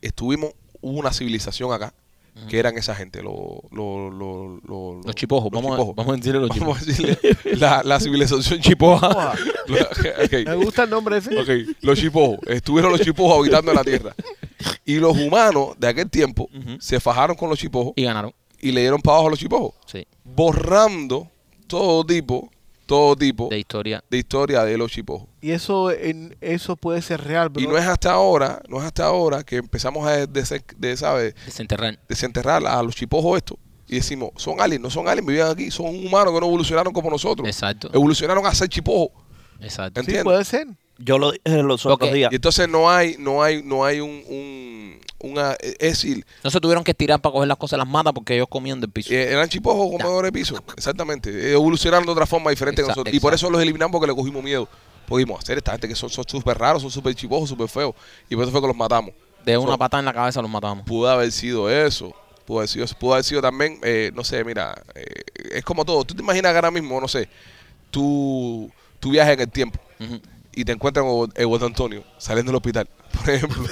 Speaker 1: Estuvimos, hubo una civilización acá que eran esa gente, lo- lo- lo- lo- lo-
Speaker 2: Los chipojos,
Speaker 1: los
Speaker 2: vamos,
Speaker 1: chipojos.
Speaker 2: A, vamos a decirle los chipojos.
Speaker 1: Vamos a decirle la, la civilización
Speaker 2: Ah.
Speaker 1: chipoja.
Speaker 3: Me
Speaker 1: Ok.
Speaker 3: gusta el nombre ese.
Speaker 1: Ok, los chipojos. Estuvieron los chipojos habitando la tierra. Y los humanos de aquel tiempo se fajaron con los chipojos
Speaker 2: Y ganaron.
Speaker 1: y le dieron para abajo a los chipojos.
Speaker 2: Sí.
Speaker 1: Borrando todo tipo, todo tipo
Speaker 2: De
Speaker 1: de,
Speaker 2: historia.
Speaker 1: historia de los chipojos.
Speaker 3: Y eso, en- eso puede ser real, bro.
Speaker 1: Y no es hasta ahora, no es hasta ahora que empezamos a des- de, ¿sabes?
Speaker 2: Desenterrar.
Speaker 1: desenterrar a los chipojos estos. Y decimos, son aliens, no son aliens, vivían aquí, son humanos que no evolucionaron como nosotros.
Speaker 2: Exacto.
Speaker 1: Evolucionaron a ser chipojos.
Speaker 2: Exacto.
Speaker 3: Sí,
Speaker 1: ¿Entiendes?
Speaker 3: puede ser.
Speaker 4: Yo lo dije los otros
Speaker 2: Ok.
Speaker 4: días.
Speaker 1: Y entonces no hay, no hay, no hay un, un una, es decir,
Speaker 2: No se tuvieron que estirar para coger las cosas de las matas porque ellos comían del piso.
Speaker 1: eh, eran chipojos comedores de piso, exactamente, evolucionaron de otra forma diferente que
Speaker 2: Exa-
Speaker 1: nosotros. Y por
Speaker 2: exacto.
Speaker 1: eso los eliminamos porque le cogimos miedo. Porque dijimos, hacer esta gente que son son súper raros, son súper chipojos, súper feos. Y por eso fue que los matamos.
Speaker 2: De una
Speaker 1: So-
Speaker 2: patada en la cabeza los matamos.
Speaker 1: Pudo haber sido eso. Pudo haber sido, eso. pudo haber sido también, eh, no sé, mira, eh, es como todo. Tú te imaginas que ahora mismo, no sé, tú, tú viajas en el tiempo
Speaker 2: Ujú.
Speaker 1: y te encuentras con Eduardo Antonio saliendo del hospital, por ejemplo.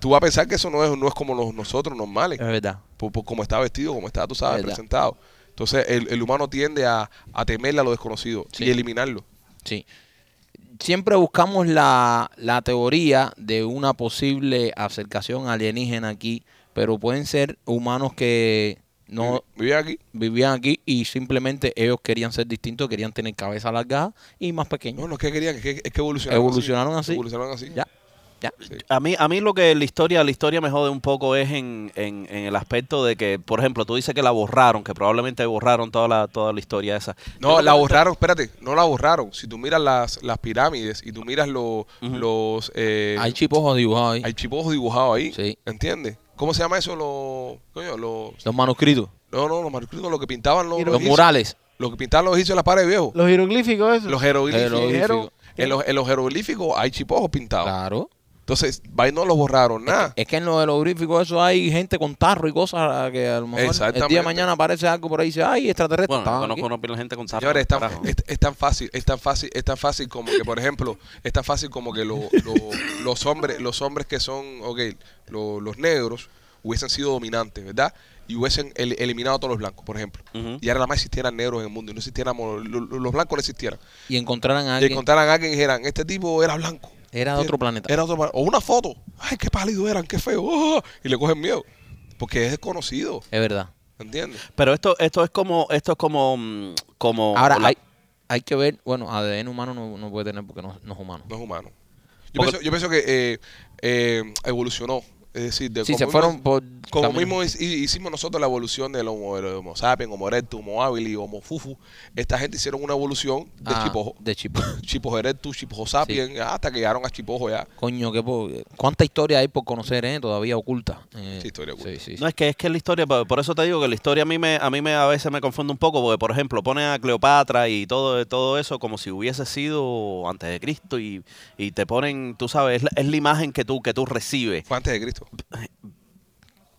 Speaker 1: tú vas a pensar que eso no es, no es como los, nosotros normales,
Speaker 2: Es verdad.
Speaker 1: por, por cómo está vestido, cómo está, tú sabes,
Speaker 2: Verdad.
Speaker 1: presentado. Entonces el, el humano tiende a, a temerle a lo desconocido
Speaker 2: Sí.
Speaker 1: y eliminarlo.
Speaker 2: Sí. Siempre buscamos la, la teoría de una posible acercación alienígena aquí, pero pueden ser humanos que no
Speaker 1: Vive aquí.
Speaker 2: vivían aquí y simplemente ellos querían ser distintos, querían tener cabeza alargada y más pequeños.
Speaker 1: No, no es que querían, es que, es que evolucionaron,
Speaker 2: Evolucionaron así.
Speaker 1: Evolucionaron así.
Speaker 2: Ya, ya.
Speaker 4: A mí, a mí lo que la historia, la historia me jode un poco es en, en- en el aspecto de que, por ejemplo, tú dices que la borraron, que probablemente borraron toda la, toda la historia esa. Yo
Speaker 1: No,
Speaker 4: creo
Speaker 1: la
Speaker 4: que-
Speaker 1: borraron, espérate, no la borraron. Si tú miras las, las pirámides y tú miras los, los eh,
Speaker 2: Hay chipojos dibujados ahí.
Speaker 1: hay chipojos dibujados ahí,
Speaker 2: Sí.
Speaker 1: ¿entiendes? ¿Cómo se llama eso? Los, coño, los,
Speaker 2: Los manuscritos,
Speaker 1: no, no, los manuscritos, lo que pintaban los,
Speaker 2: los
Speaker 1: egipcios-
Speaker 2: murales.
Speaker 1: lo que pintaban los egipcios en las paredes viejo.
Speaker 3: Los jeroglíficos, eso.
Speaker 1: Los jeroglíficos.
Speaker 2: Jeroglíficos.
Speaker 1: En los, en los jeroglíficos hay chipojos pintados.
Speaker 2: Claro.
Speaker 1: Entonces, ahí no los borraron, nada.
Speaker 2: Es que en los jeroglíficos eso hay gente con tarro y cosas que a lo mejor el
Speaker 1: Exactamente.
Speaker 2: día de mañana aparece algo por ahí y dice, ay, extraterrestre.
Speaker 4: Bueno,
Speaker 2: estaban
Speaker 4: no
Speaker 2: aquí".
Speaker 4: conozco a la gente con sarna,
Speaker 1: Señores, es tan,
Speaker 4: carajo.
Speaker 1: es, es tan fácil, es tan fácil, es tan fácil como que, por ejemplo, es tan fácil como que lo- lo- los hombres, los hombres que son, ok, lo- los negros hubiesen sido dominantes, ¿verdad? Y hubiesen el- eliminado a todos los blancos, por ejemplo.
Speaker 4: Ujú.
Speaker 1: Y ahora nada más existieran negros en el mundo, y no existiéramos, lo- lo- los blancos no existieran.
Speaker 2: Y encontraran a
Speaker 1: Y
Speaker 2: alguien.
Speaker 1: encontraran a alguien y dijeran, este tipo era blanco.
Speaker 2: Era de otro planeta.
Speaker 1: Era otro pla- O una foto. Ay, qué pálido eran, qué feo. ah", Y le cogen miedo. Porque es desconocido,
Speaker 2: Es verdad.
Speaker 1: ¿entiendes?
Speaker 4: Pero esto, esto es como, esto es como, mm, como
Speaker 2: Ahora,
Speaker 4: la-
Speaker 2: hay, hay que ver, bueno, ADN humano no, no puede tener porque no, no es humano.
Speaker 1: No es humano. Yo,
Speaker 4: Porque-
Speaker 1: pienso, yo pienso que eh, eh, evolucionó. Es decir, de
Speaker 2: Sí, se
Speaker 1: mismo-
Speaker 2: fueron por
Speaker 1: Como
Speaker 2: caminos.
Speaker 1: mismo hi- hi- hicimos nosotros la evolución del Homo, del homo sapiens, Homo erectus, Homo habilis, Homo fufu. Esta gente hicieron una evolución de
Speaker 2: Ah,
Speaker 1: chipojo.
Speaker 2: De chipojo.
Speaker 1: Chipos erectus, chipos sapiens, hasta que llegaron a chipojo ya.
Speaker 2: Coño, qué po- cuánta historia hay por conocer, ¿eh? Todavía oculta. Eh,
Speaker 1: Sí, historia oculta.
Speaker 2: Sí, sí, sí.
Speaker 4: No, es que es que la historia, por por eso te digo que la historia a mí me, a mí me a veces me confunde un poco, porque por ejemplo ponen a Cleopatra y todo, todo eso como si hubiese sido antes de Cristo y, y te ponen, tú sabes, es la, es la imagen que tú, que tú recibes.
Speaker 1: Fue antes de Cristo.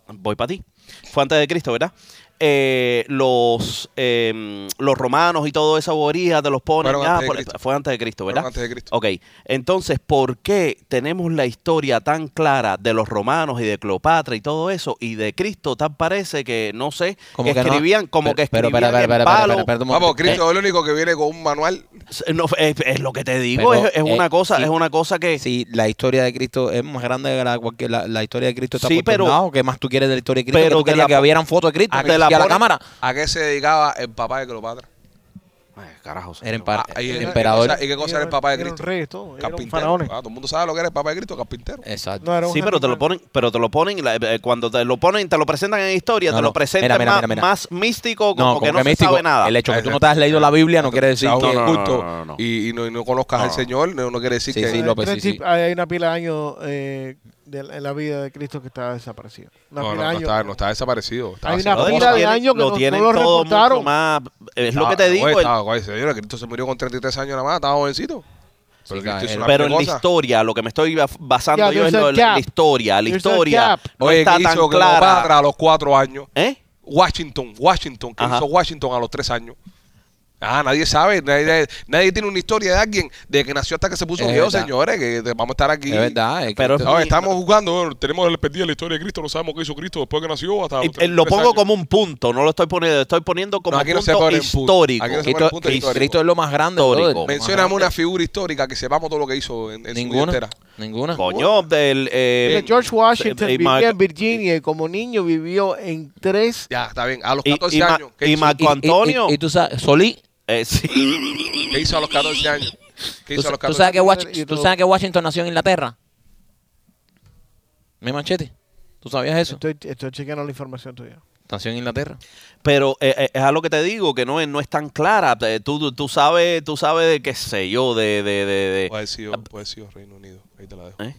Speaker 4: Voy para ti. Fue antes de Cristo, ¿verdad? Eh, los, em, los romanos y toda esa bobería te los ponen.
Speaker 1: Fueron
Speaker 4: ah,
Speaker 1: antes de
Speaker 4: por-
Speaker 1: Cristo.
Speaker 4: fue antes de Cristo,
Speaker 1: Fueron
Speaker 4: ¿verdad?
Speaker 1: antes de Cristo.
Speaker 4: Ok, entonces, ¿por qué tenemos la historia tan clara de los romanos y de Cleopatra y todo eso y de Cristo tan parece que, no sé,
Speaker 2: Como que no-
Speaker 4: escribían, como
Speaker 2: pero-
Speaker 4: que
Speaker 2: pero,
Speaker 4: escribían
Speaker 2: espera, espera,
Speaker 4: en
Speaker 2: espera,
Speaker 4: palo?
Speaker 2: espera, espera, un
Speaker 1: Vamos,
Speaker 2: momento.
Speaker 1: Cristo es el único que viene con un manual.
Speaker 4: No, es, es lo que te digo,
Speaker 2: Pero,
Speaker 4: es, es
Speaker 2: eh,
Speaker 4: una cosa,
Speaker 2: sí.
Speaker 4: es una cosa que...
Speaker 2: Eh, sí, la historia de Cristo es más grande que la, cualquier, la, la historia de Cristo está
Speaker 4: Sí,
Speaker 2: por
Speaker 4: pero-
Speaker 2: todos lados. ¿Qué más tú quieres de la historia de Cristo?
Speaker 4: pero
Speaker 2: que tú
Speaker 4: te
Speaker 2: querías
Speaker 4: la
Speaker 2: que
Speaker 4: pon-
Speaker 2: vieran fotos de Cristo
Speaker 4: Ah,
Speaker 2: y
Speaker 4: te la
Speaker 2: a la
Speaker 4: ponen-
Speaker 2: cámara.
Speaker 1: ¿A qué se dedicaba el papá de Cleopatra?
Speaker 4: Ay, carajo,
Speaker 2: Era
Speaker 4: señor.
Speaker 2: empa-
Speaker 1: Ah, y- y-
Speaker 2: emperador.
Speaker 1: ¿Y qué cosa era el papá de
Speaker 3: Eran
Speaker 1: Cristo?
Speaker 3: reyes, todo, eran
Speaker 1: Carpintero.
Speaker 3: faraones.
Speaker 1: Ah, todo el mundo sabe lo que era el papá de Cristo, carpintero.
Speaker 2: Exacto.
Speaker 3: No, era un
Speaker 4: Sí, pero te lo
Speaker 3: general.
Speaker 4: ponen, pero te lo ponen, la- eh, cuando te lo ponen, te lo presentan en historia,
Speaker 2: No,
Speaker 4: te
Speaker 2: no.
Speaker 4: lo presentan
Speaker 2: Mira, mira,
Speaker 4: más,
Speaker 2: mira, mira.
Speaker 4: más místico, como,
Speaker 2: No,
Speaker 4: que no se
Speaker 2: místico,
Speaker 4: sabe nada.
Speaker 2: El hecho que tú no te has leído la Biblia no quiere decir
Speaker 1: Está
Speaker 2: que.
Speaker 1: un
Speaker 4: no, no,
Speaker 1: culto
Speaker 4: no, no, no.
Speaker 1: Y, y no, y no conozcas al Señor, no, no quiere decir
Speaker 2: Sí,
Speaker 1: que...
Speaker 2: sí, López,
Speaker 3: Tres
Speaker 2: sí,
Speaker 3: tip-
Speaker 2: sí.
Speaker 3: Hay una pila de años eh, de la- en la vida de Cristo que está desapaparecida. Una
Speaker 1: no, no,
Speaker 3: pila
Speaker 1: no,
Speaker 3: de años.
Speaker 1: está, no está desaparecido. Está
Speaker 3: Hay
Speaker 1: así.
Speaker 3: una
Speaker 4: Lo de-
Speaker 3: pila
Speaker 4: lo
Speaker 3: de
Speaker 4: tienen-
Speaker 3: años que no- no
Speaker 4: tienen
Speaker 3: lo
Speaker 4: todo mucho
Speaker 3: reportaron.
Speaker 4: más- eh, es lo que te
Speaker 1: Estaba-
Speaker 4: digo,
Speaker 1: oye,
Speaker 4: el-
Speaker 1: estaba- oye, señora, Cristo se murió con 33 años nada más, estaba jovencito. Pero
Speaker 2: Sí,
Speaker 1: Cristo
Speaker 2: claro,
Speaker 1: hizo
Speaker 2: él-
Speaker 1: una
Speaker 4: Pero en la
Speaker 1: cosa.
Speaker 4: historia, lo que me estoy bas- basando
Speaker 3: Yeah,
Speaker 4: yo es
Speaker 3: there's
Speaker 4: lo-
Speaker 3: a
Speaker 4: la
Speaker 3: gap.
Speaker 4: historia. La
Speaker 3: There's a
Speaker 4: historia
Speaker 3: gap.
Speaker 4: no
Speaker 1: Oye,
Speaker 4: está
Speaker 1: ¿qué
Speaker 4: tan
Speaker 1: hizo
Speaker 4: clara.
Speaker 1: Cleopatra a los cuatro años?
Speaker 4: ¿Eh?
Speaker 1: Washington, Washington, que
Speaker 4: Ajá.
Speaker 1: hizo Washington a los tres años? Ah, nadie sabe, nadie, nadie- nadie tiene una historia de alguien de que nació hasta que se puso
Speaker 2: Es
Speaker 1: viejo,
Speaker 2: verdad.
Speaker 1: señores, que te- vamos a estar aquí.
Speaker 2: Es verdad. es que
Speaker 4: Pero-
Speaker 2: esto-
Speaker 1: No, estamos jugando, bueno, tenemos el perdido de la historia de Cristo, no sabemos qué hizo Cristo después que nació hasta.
Speaker 4: Y, eh, lo
Speaker 1: tres
Speaker 4: pongo
Speaker 1: años.
Speaker 4: como un punto, no lo estoy poniendo, estoy poniendo
Speaker 1: No,
Speaker 4: como un
Speaker 1: aquí no
Speaker 4: punto
Speaker 1: se pone en punto.
Speaker 4: histórico.
Speaker 1: Aquí no se
Speaker 2: Cristo,
Speaker 1: punto
Speaker 2: Cristo-
Speaker 1: histórico.
Speaker 2: Cristo es lo más grande.
Speaker 4: Histórico.
Speaker 2: brother, lo más
Speaker 1: Mencióname
Speaker 2: grande.
Speaker 1: una figura histórica que sepamos todo lo que hizo en, en su vida
Speaker 2: Oh, Ninguna.
Speaker 1: entera.
Speaker 2: Ninguna.
Speaker 4: Coño, del, eh,
Speaker 3: Mira, George Washington
Speaker 4: eh,
Speaker 3: vivía
Speaker 4: Mar-
Speaker 3: en Virginia y como niño vivió en tres
Speaker 1: Ya, está bien. A los
Speaker 4: Y-
Speaker 1: 14
Speaker 4: y ma-
Speaker 1: años. ¿qué,
Speaker 4: y
Speaker 1: hizo,
Speaker 4: ma-
Speaker 2: Y- y-
Speaker 4: Antonio.
Speaker 2: Y, tú sabes, Solí.
Speaker 4: eh, sí.
Speaker 1: ¿Qué hizo a los 14 años? ¿Qué hizo
Speaker 2: Tú,
Speaker 1: a
Speaker 2: sa-
Speaker 1: los
Speaker 2: tú
Speaker 1: 14 años?
Speaker 2: sabes que Washi-
Speaker 3: Y
Speaker 2: tú
Speaker 3: todo.
Speaker 2: sabes que Washington nació en Inglaterra. ¿Me manchete? ¿Tú sabías eso?
Speaker 3: Estoy, estoy chequeando la información tuya.
Speaker 2: Nació en Inglaterra.
Speaker 4: Pero eh, eh, es a lo que te digo, que no es, no es tan clara. Eh, Tú, tú, tú sabes, tú sabes de qué sé yo, de... de, de, de-
Speaker 1: Puede haber sido, puede haber sido Reino Unido. Ahí te la dejo.
Speaker 4: ¿eh?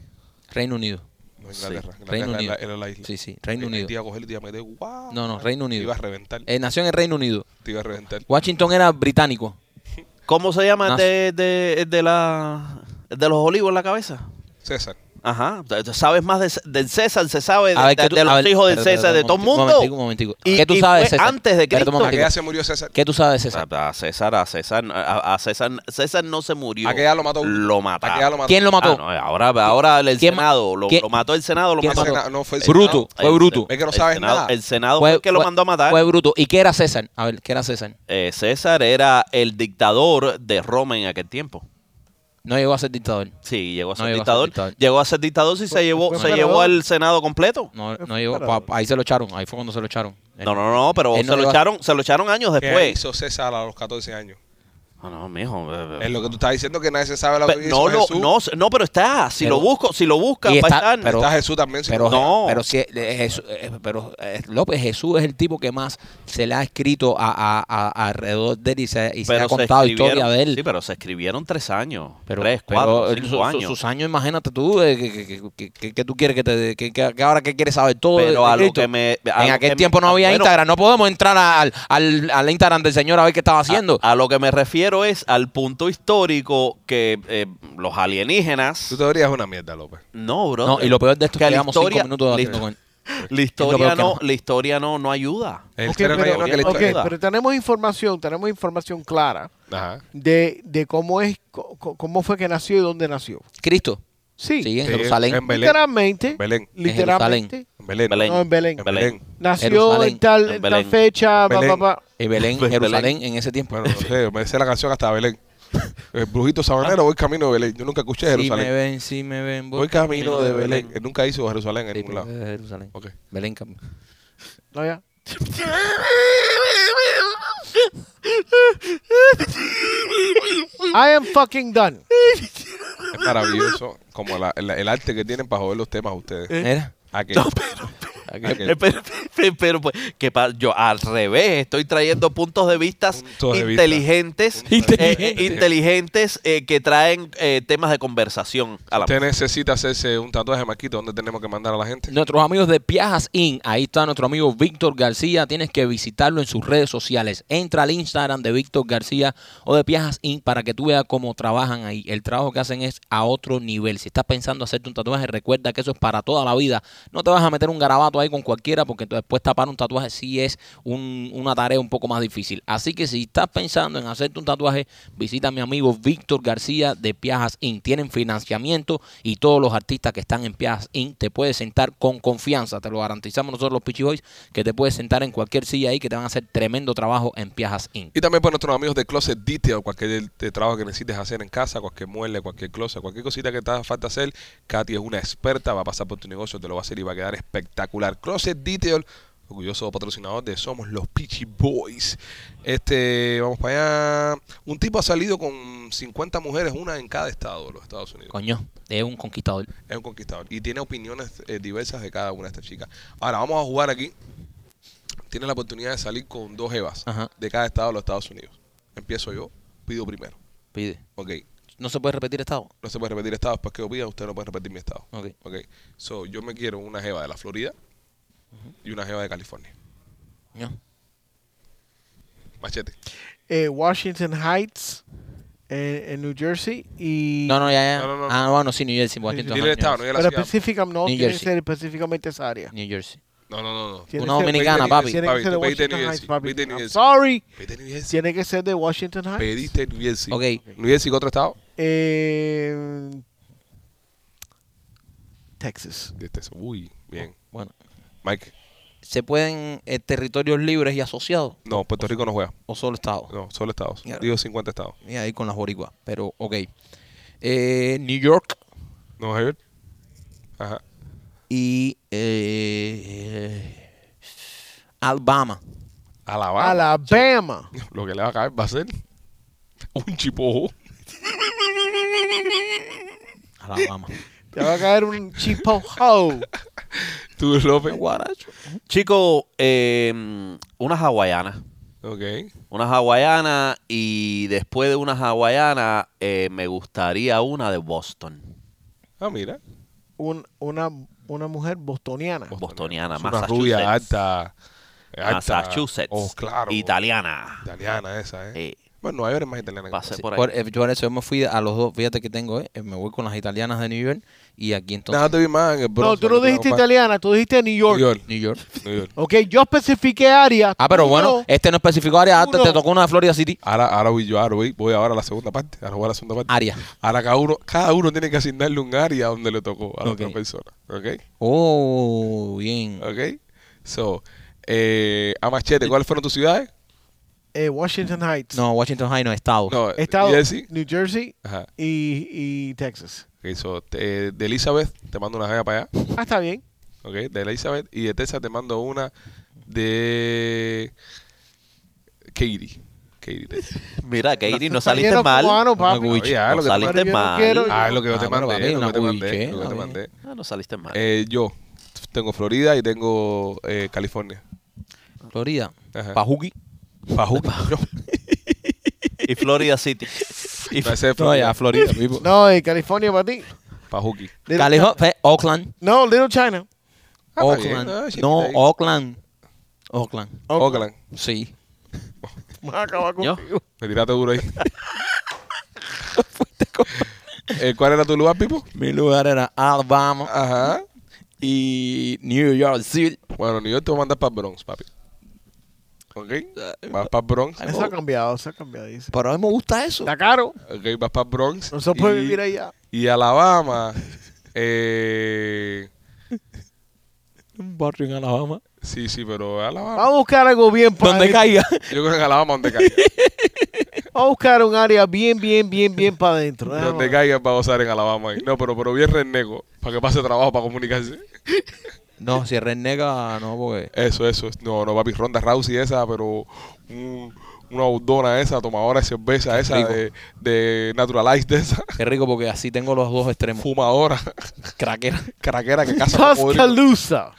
Speaker 2: Reino Unido.
Speaker 1: No,
Speaker 4: Sí,
Speaker 1: Inglaterra.
Speaker 2: Reino
Speaker 1: Inglaterra
Speaker 2: Unido.
Speaker 1: era, era la isla.
Speaker 2: Sí, sí, Reino
Speaker 1: Eh,
Speaker 2: Unido.
Speaker 1: Te iba a coger y te iba a meter. ¡guau!
Speaker 2: No, no, Reino
Speaker 1: Te
Speaker 2: Unido.
Speaker 1: iba a reventar.
Speaker 2: Eh, nació en el Reino Unido.
Speaker 1: Te iba a reventar.
Speaker 2: Washington era británico.
Speaker 4: ¿Cómo se llama el
Speaker 2: Nace.
Speaker 4: de, de, el de, la, el de los olivos en la cabeza?
Speaker 1: César.
Speaker 4: Ajá, Tú- tú sabes más de C- del César, se sabe de,
Speaker 2: A ver,
Speaker 4: de-
Speaker 2: que tú-
Speaker 4: de
Speaker 2: a
Speaker 4: los
Speaker 2: ver,
Speaker 4: hijos del
Speaker 2: espérate,
Speaker 4: César, de todo el
Speaker 2: espérate,
Speaker 4: mundo.
Speaker 2: momentico, momentico.
Speaker 4: Y-
Speaker 2: ¿Qué tú
Speaker 4: y
Speaker 2: sabes de
Speaker 4: fue
Speaker 2: César?
Speaker 4: antes de
Speaker 2: Espérate
Speaker 1: ¿A qué
Speaker 2: un
Speaker 4: Cristo.
Speaker 2: momentico.
Speaker 1: edad se murió César?
Speaker 2: ¿Qué tú sabes de
Speaker 1: Ah,
Speaker 2: César?
Speaker 4: A a César, a César, a a César, César no se murió.
Speaker 1: ¿A qué edad lo mató? ¿A
Speaker 4: Lo
Speaker 1: qué edad
Speaker 4: mataron.
Speaker 1: lo mató?
Speaker 2: ¿Quién lo mató?
Speaker 4: Ah, no, ahora, ahora el
Speaker 2: ¿Quién ma-
Speaker 4: Senado, lo,
Speaker 2: quién-
Speaker 4: lo mató el Senado, lo
Speaker 2: quién
Speaker 1: El
Speaker 4: mató.
Speaker 2: mató?
Speaker 1: Sena- No, fue el
Speaker 2: Bruto.
Speaker 1: Senado.
Speaker 2: fue bruto.
Speaker 1: Es que no sabes
Speaker 4: el Senado,
Speaker 1: nada.
Speaker 4: El Senado fue, el que lo mandó a matar.
Speaker 2: Fue bruto. ¿Y qué era César? A ver, ¿qué era César?
Speaker 4: Eh, César era el dictador de Roma en aquel tiempo.
Speaker 2: No llegó a ser dictador.
Speaker 4: Sí, llegó a ser,
Speaker 2: No, llegó a ser
Speaker 4: dictador.
Speaker 2: dictador.
Speaker 4: Llegó a ser dictador si
Speaker 3: Fue-
Speaker 4: se llevó,
Speaker 3: fue
Speaker 4: se
Speaker 3: emperador.
Speaker 4: llevó al Senado completo.
Speaker 2: No, no
Speaker 3: fue
Speaker 2: llegó.
Speaker 3: emperador.
Speaker 2: pa- ahí se lo echaron. Ahí fue cuando se lo echaron.
Speaker 4: No, no, no, pero
Speaker 2: Él
Speaker 4: se
Speaker 2: no
Speaker 4: lo
Speaker 2: llegó a-
Speaker 4: echaron, se lo echaron años
Speaker 1: ¿Qué
Speaker 4: después.
Speaker 1: hizo César a los 14 años?
Speaker 4: No, no, mijo. eh, eh.
Speaker 1: Es lo que tú estás diciendo que nadie se sabe la
Speaker 4: Pero
Speaker 1: vida
Speaker 4: no,
Speaker 1: de
Speaker 4: lo-
Speaker 1: Jesús.
Speaker 4: no, se- no, pero está, si
Speaker 2: Pero-
Speaker 4: lo busco, si lo buscas,
Speaker 2: Y
Speaker 4: va a
Speaker 2: está-
Speaker 4: estar.
Speaker 2: pero-
Speaker 1: está Jesús también. sí.
Speaker 2: Pero,
Speaker 4: No.
Speaker 2: pero sí, eh, Jesús- eh, pero eh, López Jesús es el tipo que más se le ha escrito a, a- a- alrededor de él y se, y se ha contado
Speaker 4: escribieron-
Speaker 2: historia de él.
Speaker 4: Sí, pero se escribieron tres años,
Speaker 2: pero,
Speaker 4: tres,
Speaker 2: pero
Speaker 4: cuatro,
Speaker 2: él,
Speaker 4: cinco
Speaker 2: su- su-
Speaker 4: años.
Speaker 2: sus años, imagínate tú, eh, que, que- que- que- que- que tú quieres que te. que, que- que ahora que quieres saber todo. de-
Speaker 4: pero
Speaker 2: de
Speaker 4: a lo
Speaker 2: eh, Cristo.
Speaker 4: que me... a
Speaker 2: en
Speaker 4: lo
Speaker 2: aquel
Speaker 4: que me-
Speaker 2: tiempo no había
Speaker 4: bueno,
Speaker 2: Instagram, no podemos entrar al, al, al Instagram del señor a ver qué
Speaker 4: Ah,
Speaker 2: estaba haciendo.
Speaker 4: A, a lo que me refiero es al punto histórico que eh, los
Speaker 1: Tu
Speaker 4: alienígenas...
Speaker 1: teoría es una mierda, López.
Speaker 4: No, bro.
Speaker 2: no, y lo peor de esto es
Speaker 4: Que
Speaker 2: que
Speaker 4: la
Speaker 2: llevamos
Speaker 4: historia-
Speaker 2: cinco minutos debatiendo
Speaker 4: la-
Speaker 2: con
Speaker 4: La
Speaker 2: Es lo
Speaker 4: historia
Speaker 2: peor que
Speaker 4: no,
Speaker 2: no.
Speaker 4: la historia no, no ayuda.
Speaker 1: El
Speaker 3: Ok,
Speaker 1: historia no
Speaker 3: pero-
Speaker 1: llegó, que la
Speaker 3: ok,
Speaker 1: historia-
Speaker 3: pero tenemos información, tenemos información clara
Speaker 1: Ajá.
Speaker 3: de, de cómo es, co- co- cómo fue que nació y dónde nació.
Speaker 2: Cristo.
Speaker 3: Sí,
Speaker 2: Sí, en
Speaker 1: Sí,
Speaker 2: Jerusalén.
Speaker 1: en Belén.
Speaker 3: literalmente,
Speaker 1: Belén.
Speaker 3: literalmente,
Speaker 1: En Belén.
Speaker 4: Belén.
Speaker 3: no, en Belén.
Speaker 1: En Belén.
Speaker 3: Nació
Speaker 2: Jerusalén,
Speaker 3: en tal,
Speaker 4: en
Speaker 3: en tal
Speaker 4: Belén.
Speaker 3: fecha, pa,
Speaker 1: Belén.
Speaker 3: pa, pa.
Speaker 2: En Belén,
Speaker 4: Belén.
Speaker 2: Jerusalén, en ese tiempo.
Speaker 1: Bueno, no sé, me sé la canción hasta Belén. El brujito sabanero, voy camino de Belén. Yo nunca escuché
Speaker 2: Si me
Speaker 1: Jerusalén.
Speaker 2: ven, si me ven.
Speaker 1: Voy camino de Belén. Él nunca hizo Jerusalén en ningún lado.
Speaker 2: pues, Jerusalén.
Speaker 1: Ok.
Speaker 2: Belén cam-
Speaker 3: No, ya. I am fucking done.
Speaker 1: Es maravilloso como la- el, el arte que tienen para joder los temas ustedes.
Speaker 2: Mira.
Speaker 1: Aquel. Aquel.
Speaker 4: Eh, Pero, pero- pero, pues, que pa- yo al revés estoy trayendo puntos de vistas
Speaker 1: Puntos de vista.
Speaker 4: inteligentes,
Speaker 1: Puntos de
Speaker 4: eh,
Speaker 1: vista.
Speaker 4: inteligentes eh, que traen eh, temas de conversación a la
Speaker 1: Usted necesita hacerse un tatuaje, Marquito, donde tenemos que mandar a la gente.
Speaker 2: Nuestros amigos de Piajas Inc. Ahí está nuestro amigo Víctor García. Tienes que visitarlo en sus redes sociales. Entra al Instagram de Víctor García o de Piajas Inc. para que tú veas cómo trabajan ahí. El trabajo que hacen es a otro nivel. Si estás pensando hacerte un tatuaje, recuerda que eso es para toda la vida. No te vas a meter un garabato ahí con cualquiera porque después tapar un tatuaje sí es un- una tarea un poco más difícil. Así que si estás pensando en hacerte un tatuaje, visita a mi amigo Víctor García de Piajas Inc. Tienen financiamiento y todos los artistas que están en Piajas Inc. te puedes sentar con confianza. Te lo garantizamos nosotros los Pichi Boys que te puedes sentar en cualquier silla ahí que te van a hacer tremendo trabajo en Piajas Inc.
Speaker 1: Y también para nuestros amigos de Closet Detail, cualquier eh, trabajo que necesites hacer en casa, cualquier mueble, cualquier closet, cualquier cosita que te haga falta hacer, Katy es una experta, va a pasar por tu negocio, te lo va a hacer y va a quedar espectacular. Closet Detail, orgulloso patrocinador de Somos los Peachy Boys. Este, vamos para allá. Un tipo ha salido con 50 mujeres, una en cada estado de los Estados Unidos.
Speaker 2: Coño, es un conquistador.
Speaker 1: Es un conquistador. Y tiene opiniones eh, diversas de cada una de estas chicas. Ahora, vamos a jugar aquí. Tiene la oportunidad de salir con dos evas
Speaker 2: Ajá.
Speaker 1: de cada estado de los Estados Unidos. Empiezo yo, pido primero.
Speaker 2: Pide.
Speaker 1: Ok.
Speaker 2: No se puede repetir estado.
Speaker 1: No se puede repetir estado, después que yo pida, usted no puede repetir mi estado.
Speaker 2: Ok.
Speaker 1: Ok. So, yo me quiero una jeva de la Florida y una jeva de California.
Speaker 2: Coño.
Speaker 1: Machete.
Speaker 3: Eh, Washington Heights, eh, en New Jersey y
Speaker 2: No, no, ya, ya.
Speaker 1: No, no, no.
Speaker 2: Ah, bueno, sí, New Jersey, Washington.
Speaker 1: Dile el
Speaker 2: ajá,
Speaker 1: estado, no diga la
Speaker 3: pero pues,
Speaker 1: ciudad.
Speaker 3: específicamente no
Speaker 2: New
Speaker 3: tiene que
Speaker 2: Jersey.
Speaker 3: ser específicamente esa área.
Speaker 2: New Jersey.
Speaker 1: No, no, no. no.
Speaker 3: Tiene
Speaker 2: Una
Speaker 3: que ser-
Speaker 2: dominicana, papi.
Speaker 3: Tiene
Speaker 1: Papi,
Speaker 3: que ser de
Speaker 1: tú pediste
Speaker 3: Washington
Speaker 1: New
Speaker 3: Heights,
Speaker 1: Jersey,
Speaker 3: papi.
Speaker 1: pediste New
Speaker 3: I'm
Speaker 1: Jersey.
Speaker 3: sorry.
Speaker 1: Pediste New Jersey.
Speaker 3: Tiene que ser de Washington Heights.
Speaker 1: Pediste New Jersey.
Speaker 7: Ok.
Speaker 1: New Jersey, ¿qué otro estado?
Speaker 3: Eh, Texas.
Speaker 1: De Texas. Uy, bien.
Speaker 2: Bueno,
Speaker 1: Mike.
Speaker 2: ¿se pueden eh, territorios libres y asociados
Speaker 1: No, Puerto Rico no juega.
Speaker 2: o solo estados?
Speaker 1: No, solo estados.
Speaker 2: Mierda.
Speaker 1: Digo 50 estados.
Speaker 2: Y ahí con las boricuas, pero ok. Eh, New York
Speaker 1: ¿No, Javier? Ajá.
Speaker 2: y eh, Alabama.
Speaker 1: Alabama.
Speaker 3: Alabama.
Speaker 1: Lo que le va a caer va a ser un chipojo.
Speaker 2: Alabama.
Speaker 3: Te va a caer un chipo ho.
Speaker 1: Tú, López.
Speaker 2: Guaracho.
Speaker 4: Chico, eh, unas hawaianas.
Speaker 1: Ok.
Speaker 4: Unas hawaianas y después de unas hawaianas eh, me gustaría una de Boston.
Speaker 1: Ah, mira.
Speaker 3: Un- una, una mujer bostoniana.
Speaker 4: Bostoniana,
Speaker 1: Es una
Speaker 4: Massachusetts.
Speaker 1: rubia alta. alta.
Speaker 4: Massachusetts.
Speaker 1: Oh, claro.
Speaker 4: Italiana.
Speaker 1: Italiana esa, ¿eh?
Speaker 4: Eh,
Speaker 1: Bueno, Nueva York es más italiana. que-
Speaker 4: pasé
Speaker 2: Sí,
Speaker 4: por ahí.
Speaker 2: por- eh, yo ahora eso, yo me fui a los dos, fíjate que tengo, eh, me voy con las italianas de New York y aquí
Speaker 1: Nah,
Speaker 2: entonces
Speaker 1: te vi más en el
Speaker 3: No,
Speaker 1: Bronx,
Speaker 3: tú no
Speaker 1: te la
Speaker 3: dijiste
Speaker 1: comparas.
Speaker 3: italiana, tú dijiste New York.
Speaker 1: New York.
Speaker 2: New York.
Speaker 1: New York.
Speaker 3: Ok, yo especifiqué área.
Speaker 2: Ah, pero
Speaker 3: tú
Speaker 2: bueno,
Speaker 3: no.
Speaker 2: este no especificó área alta,
Speaker 3: Uno.
Speaker 2: te tocó una de Florida City.
Speaker 1: Ahora, ahora voy yo, ahora voy, voy ahora a la segunda parte. Ahora voy a la segunda
Speaker 4: Ah.
Speaker 1: parte.
Speaker 2: Área.
Speaker 1: Ahora cada uno, cada uno tiene que asignarle un área donde le tocó a la otra
Speaker 2: Ok.
Speaker 1: persona. ¿Ok?
Speaker 2: Oh, bien.
Speaker 1: ¿Ok? So, eh, a machete, ¿cuáles fueron tus ciudades?
Speaker 3: Eh, Washington Heights.
Speaker 2: No, eh, Washington High no, Estados.
Speaker 1: No,
Speaker 3: Estado
Speaker 1: Jersey.
Speaker 3: New Jersey
Speaker 1: Ajá.
Speaker 3: y, y Texas.
Speaker 1: Ok, so, te- de Elizabeth, te mando una jaga para allá.
Speaker 3: Ah, está bien.
Speaker 1: ¿Ok? De Elizabeth. Y de Texas te mando una de. Katie. Katie, Texas.
Speaker 4: Mira, Katie, no
Speaker 3: Está lleno
Speaker 4: saliste
Speaker 3: de
Speaker 4: mal.
Speaker 3: cubanos,
Speaker 2: No me
Speaker 3: papi.
Speaker 1: Oye,
Speaker 2: guiche.
Speaker 1: ah, lo que te
Speaker 4: Saliste
Speaker 1: mandé.
Speaker 3: Pero yo no
Speaker 4: mal.
Speaker 3: quiero-
Speaker 1: Ah, lo que yo
Speaker 2: Ah,
Speaker 1: te
Speaker 2: bueno,
Speaker 1: mandé.
Speaker 2: papi,
Speaker 1: Lo que
Speaker 2: una
Speaker 1: te mandé. Lo
Speaker 2: cubichela,
Speaker 1: que te
Speaker 2: bien.
Speaker 1: mandé.
Speaker 4: Ah, no saliste mal.
Speaker 1: Eh, yo tengo Florida y tengo eh, California.
Speaker 2: Florida.
Speaker 1: Ajá.
Speaker 2: Pajuki. Pajuki.
Speaker 4: y Florida City. Y
Speaker 1: No, ese es
Speaker 2: No,
Speaker 1: Florida.
Speaker 2: ya, Florida, people.
Speaker 3: No, de California para ti.
Speaker 1: Pajuki.
Speaker 3: Little-
Speaker 2: Calijo- fe- eh, Oakland.
Speaker 3: No, Little China.
Speaker 1: Ah, está bien.
Speaker 2: Oakland.
Speaker 1: Ah, chiquita
Speaker 2: no,
Speaker 1: ahí.
Speaker 2: Oakland. Oakland.
Speaker 1: Oakland.
Speaker 2: Sí.
Speaker 3: Vamos a acabar
Speaker 4: Yo.
Speaker 3: contigo.
Speaker 1: Me tiraste duro ahí. Eh, ¿Cuál era tu lugar, Pipo?
Speaker 2: Mi lugar era Alabama
Speaker 1: Ajá.
Speaker 2: y New York City.
Speaker 1: Bueno, New York te voy a mandar para Bronx, papi. ¿Ok? Vas para Bronx.
Speaker 3: Eso ha cambiado, eso ha cambiado. Dice.
Speaker 2: Pero a mí me gusta eso.
Speaker 3: Está caro.
Speaker 1: Ok, vas para Bronx.
Speaker 3: No se puede
Speaker 1: y-
Speaker 3: vivir allá.
Speaker 1: Y Alabama. Eh,
Speaker 2: Un barrio en Alabama.
Speaker 1: sí, sí, pero Alabama.
Speaker 3: Vamos a buscar algo bien
Speaker 2: Donde
Speaker 3: para
Speaker 2: caiga.
Speaker 1: Yo creo que Alabama donde caiga.
Speaker 3: Vamos a buscar un área bien, bien, bien, bien para adentro.
Speaker 1: Donde caiga para gozar en Alabama. ahí. No, pero, pero bien renego. Para que pase trabajo, para comunicarse.
Speaker 2: No, si es renega, no, porque.
Speaker 1: Eso, eso. No, no, papi, Ronda Rousey esa, pero un- una bordona esa, tomadora de cerveza esa,
Speaker 2: rico.
Speaker 1: de, de Naturalized esa,
Speaker 2: Qué rico, porque así tengo los dos extremos.
Speaker 1: fumadora,
Speaker 2: Craquera.
Speaker 1: craquera que casa con podrido.
Speaker 3: Tuscaloosa.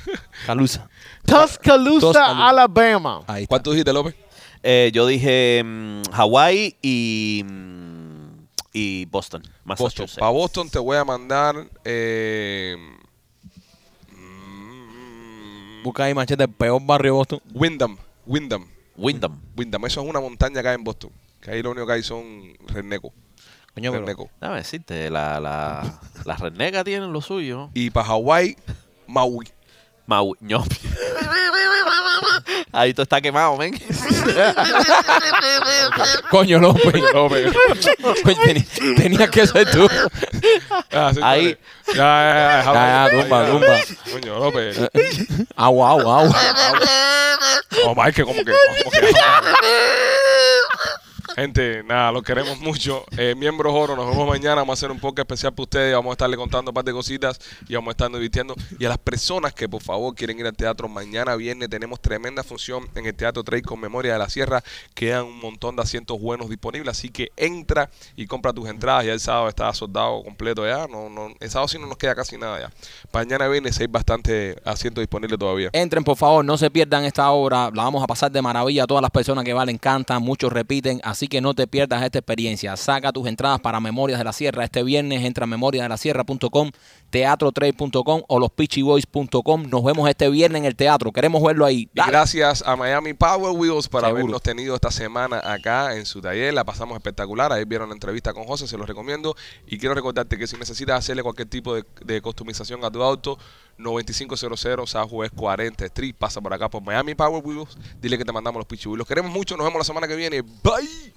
Speaker 2: Calusa.
Speaker 3: Tuscaloosa,
Speaker 2: Tuscaloosa.
Speaker 3: Alabama.
Speaker 2: Ahí está.
Speaker 1: ¿Cuánto dijiste, López?
Speaker 4: Eh, yo dije mm, Hawái y, mm, y Boston,
Speaker 1: Boston.
Speaker 4: Massachusetts.
Speaker 1: Para Boston te voy a mandar. Eh, mm,
Speaker 2: Busca ahí machete, el peor barrio de Boston.
Speaker 1: Wyndham, Wyndham,
Speaker 4: Wyndham.
Speaker 1: Wyndham. Eso es una montaña acá en Boston. Que ahí lo único que hay son renegos.
Speaker 2: Coño, pero-
Speaker 1: Renegos.
Speaker 4: Déjame decirte, la, la, las renegas tienen lo suyo.
Speaker 1: Y para Hawái, Maui.
Speaker 4: Maui. No. Ahí todo está quemado, men.
Speaker 2: Coño, López.
Speaker 1: López.
Speaker 2: Coño, teni- tenía que ser tú.
Speaker 1: Ah, sí,
Speaker 4: Ahí.
Speaker 1: vale. Ya, ya, ya.
Speaker 2: Ya, ya,
Speaker 1: déjalo.
Speaker 2: tumba,
Speaker 1: Ahí,
Speaker 2: tumba.
Speaker 1: ya. Coño, López.
Speaker 2: Agua, agua, agua.
Speaker 1: No, Mike, que como que. como que- Gente, nada, los queremos mucho. Eh, miembros Oro, nos vemos mañana. Vamos a hacer un podcast especial para ustedes. Vamos a estarle contando un par de cositas y vamos a estar divirtiendo. Y a las personas que, por favor, quieren ir al teatro mañana viernes, tenemos tremenda función en el Teatro Trade con Memoria de la Sierra. Quedan un montón de asientos buenos disponibles. Así que entra y compra tus entradas. Ya el sábado está soldado completo ya. No, no, el sábado sí no nos queda casi nada ya. Mañana viernes hay bastante asientos disponibles todavía.
Speaker 2: Entren, por favor, no se pierdan esta obra. La vamos a pasar de maravilla a todas las personas que va, le encantan, muchos repiten. Así así que no te pierdas esta experiencia. Saca tus entradas para Memorias de la Sierra este viernes. Entra a memoriasdelasierra.com, teatro3.com o lospitchyboys.com. Nos vemos este viernes en el teatro. Queremos verlo ahí.
Speaker 1: Y
Speaker 2: Dale.
Speaker 1: gracias a Miami Power Wheels para
Speaker 2: Seguro.
Speaker 1: habernos tenido esta semana acá en su taller. La pasamos espectacular. Ahí vieron la entrevista con José, se los recomiendo. Y quiero recordarte que si necesitas hacerle cualquier tipo de, de customización a tu auto, 9500 Southwest 40 Street. Pasa por acá por Miami Power Wheels. Dile que te mandamos los pichibulos. Los queremos mucho. Nos vemos la semana que viene. Bye.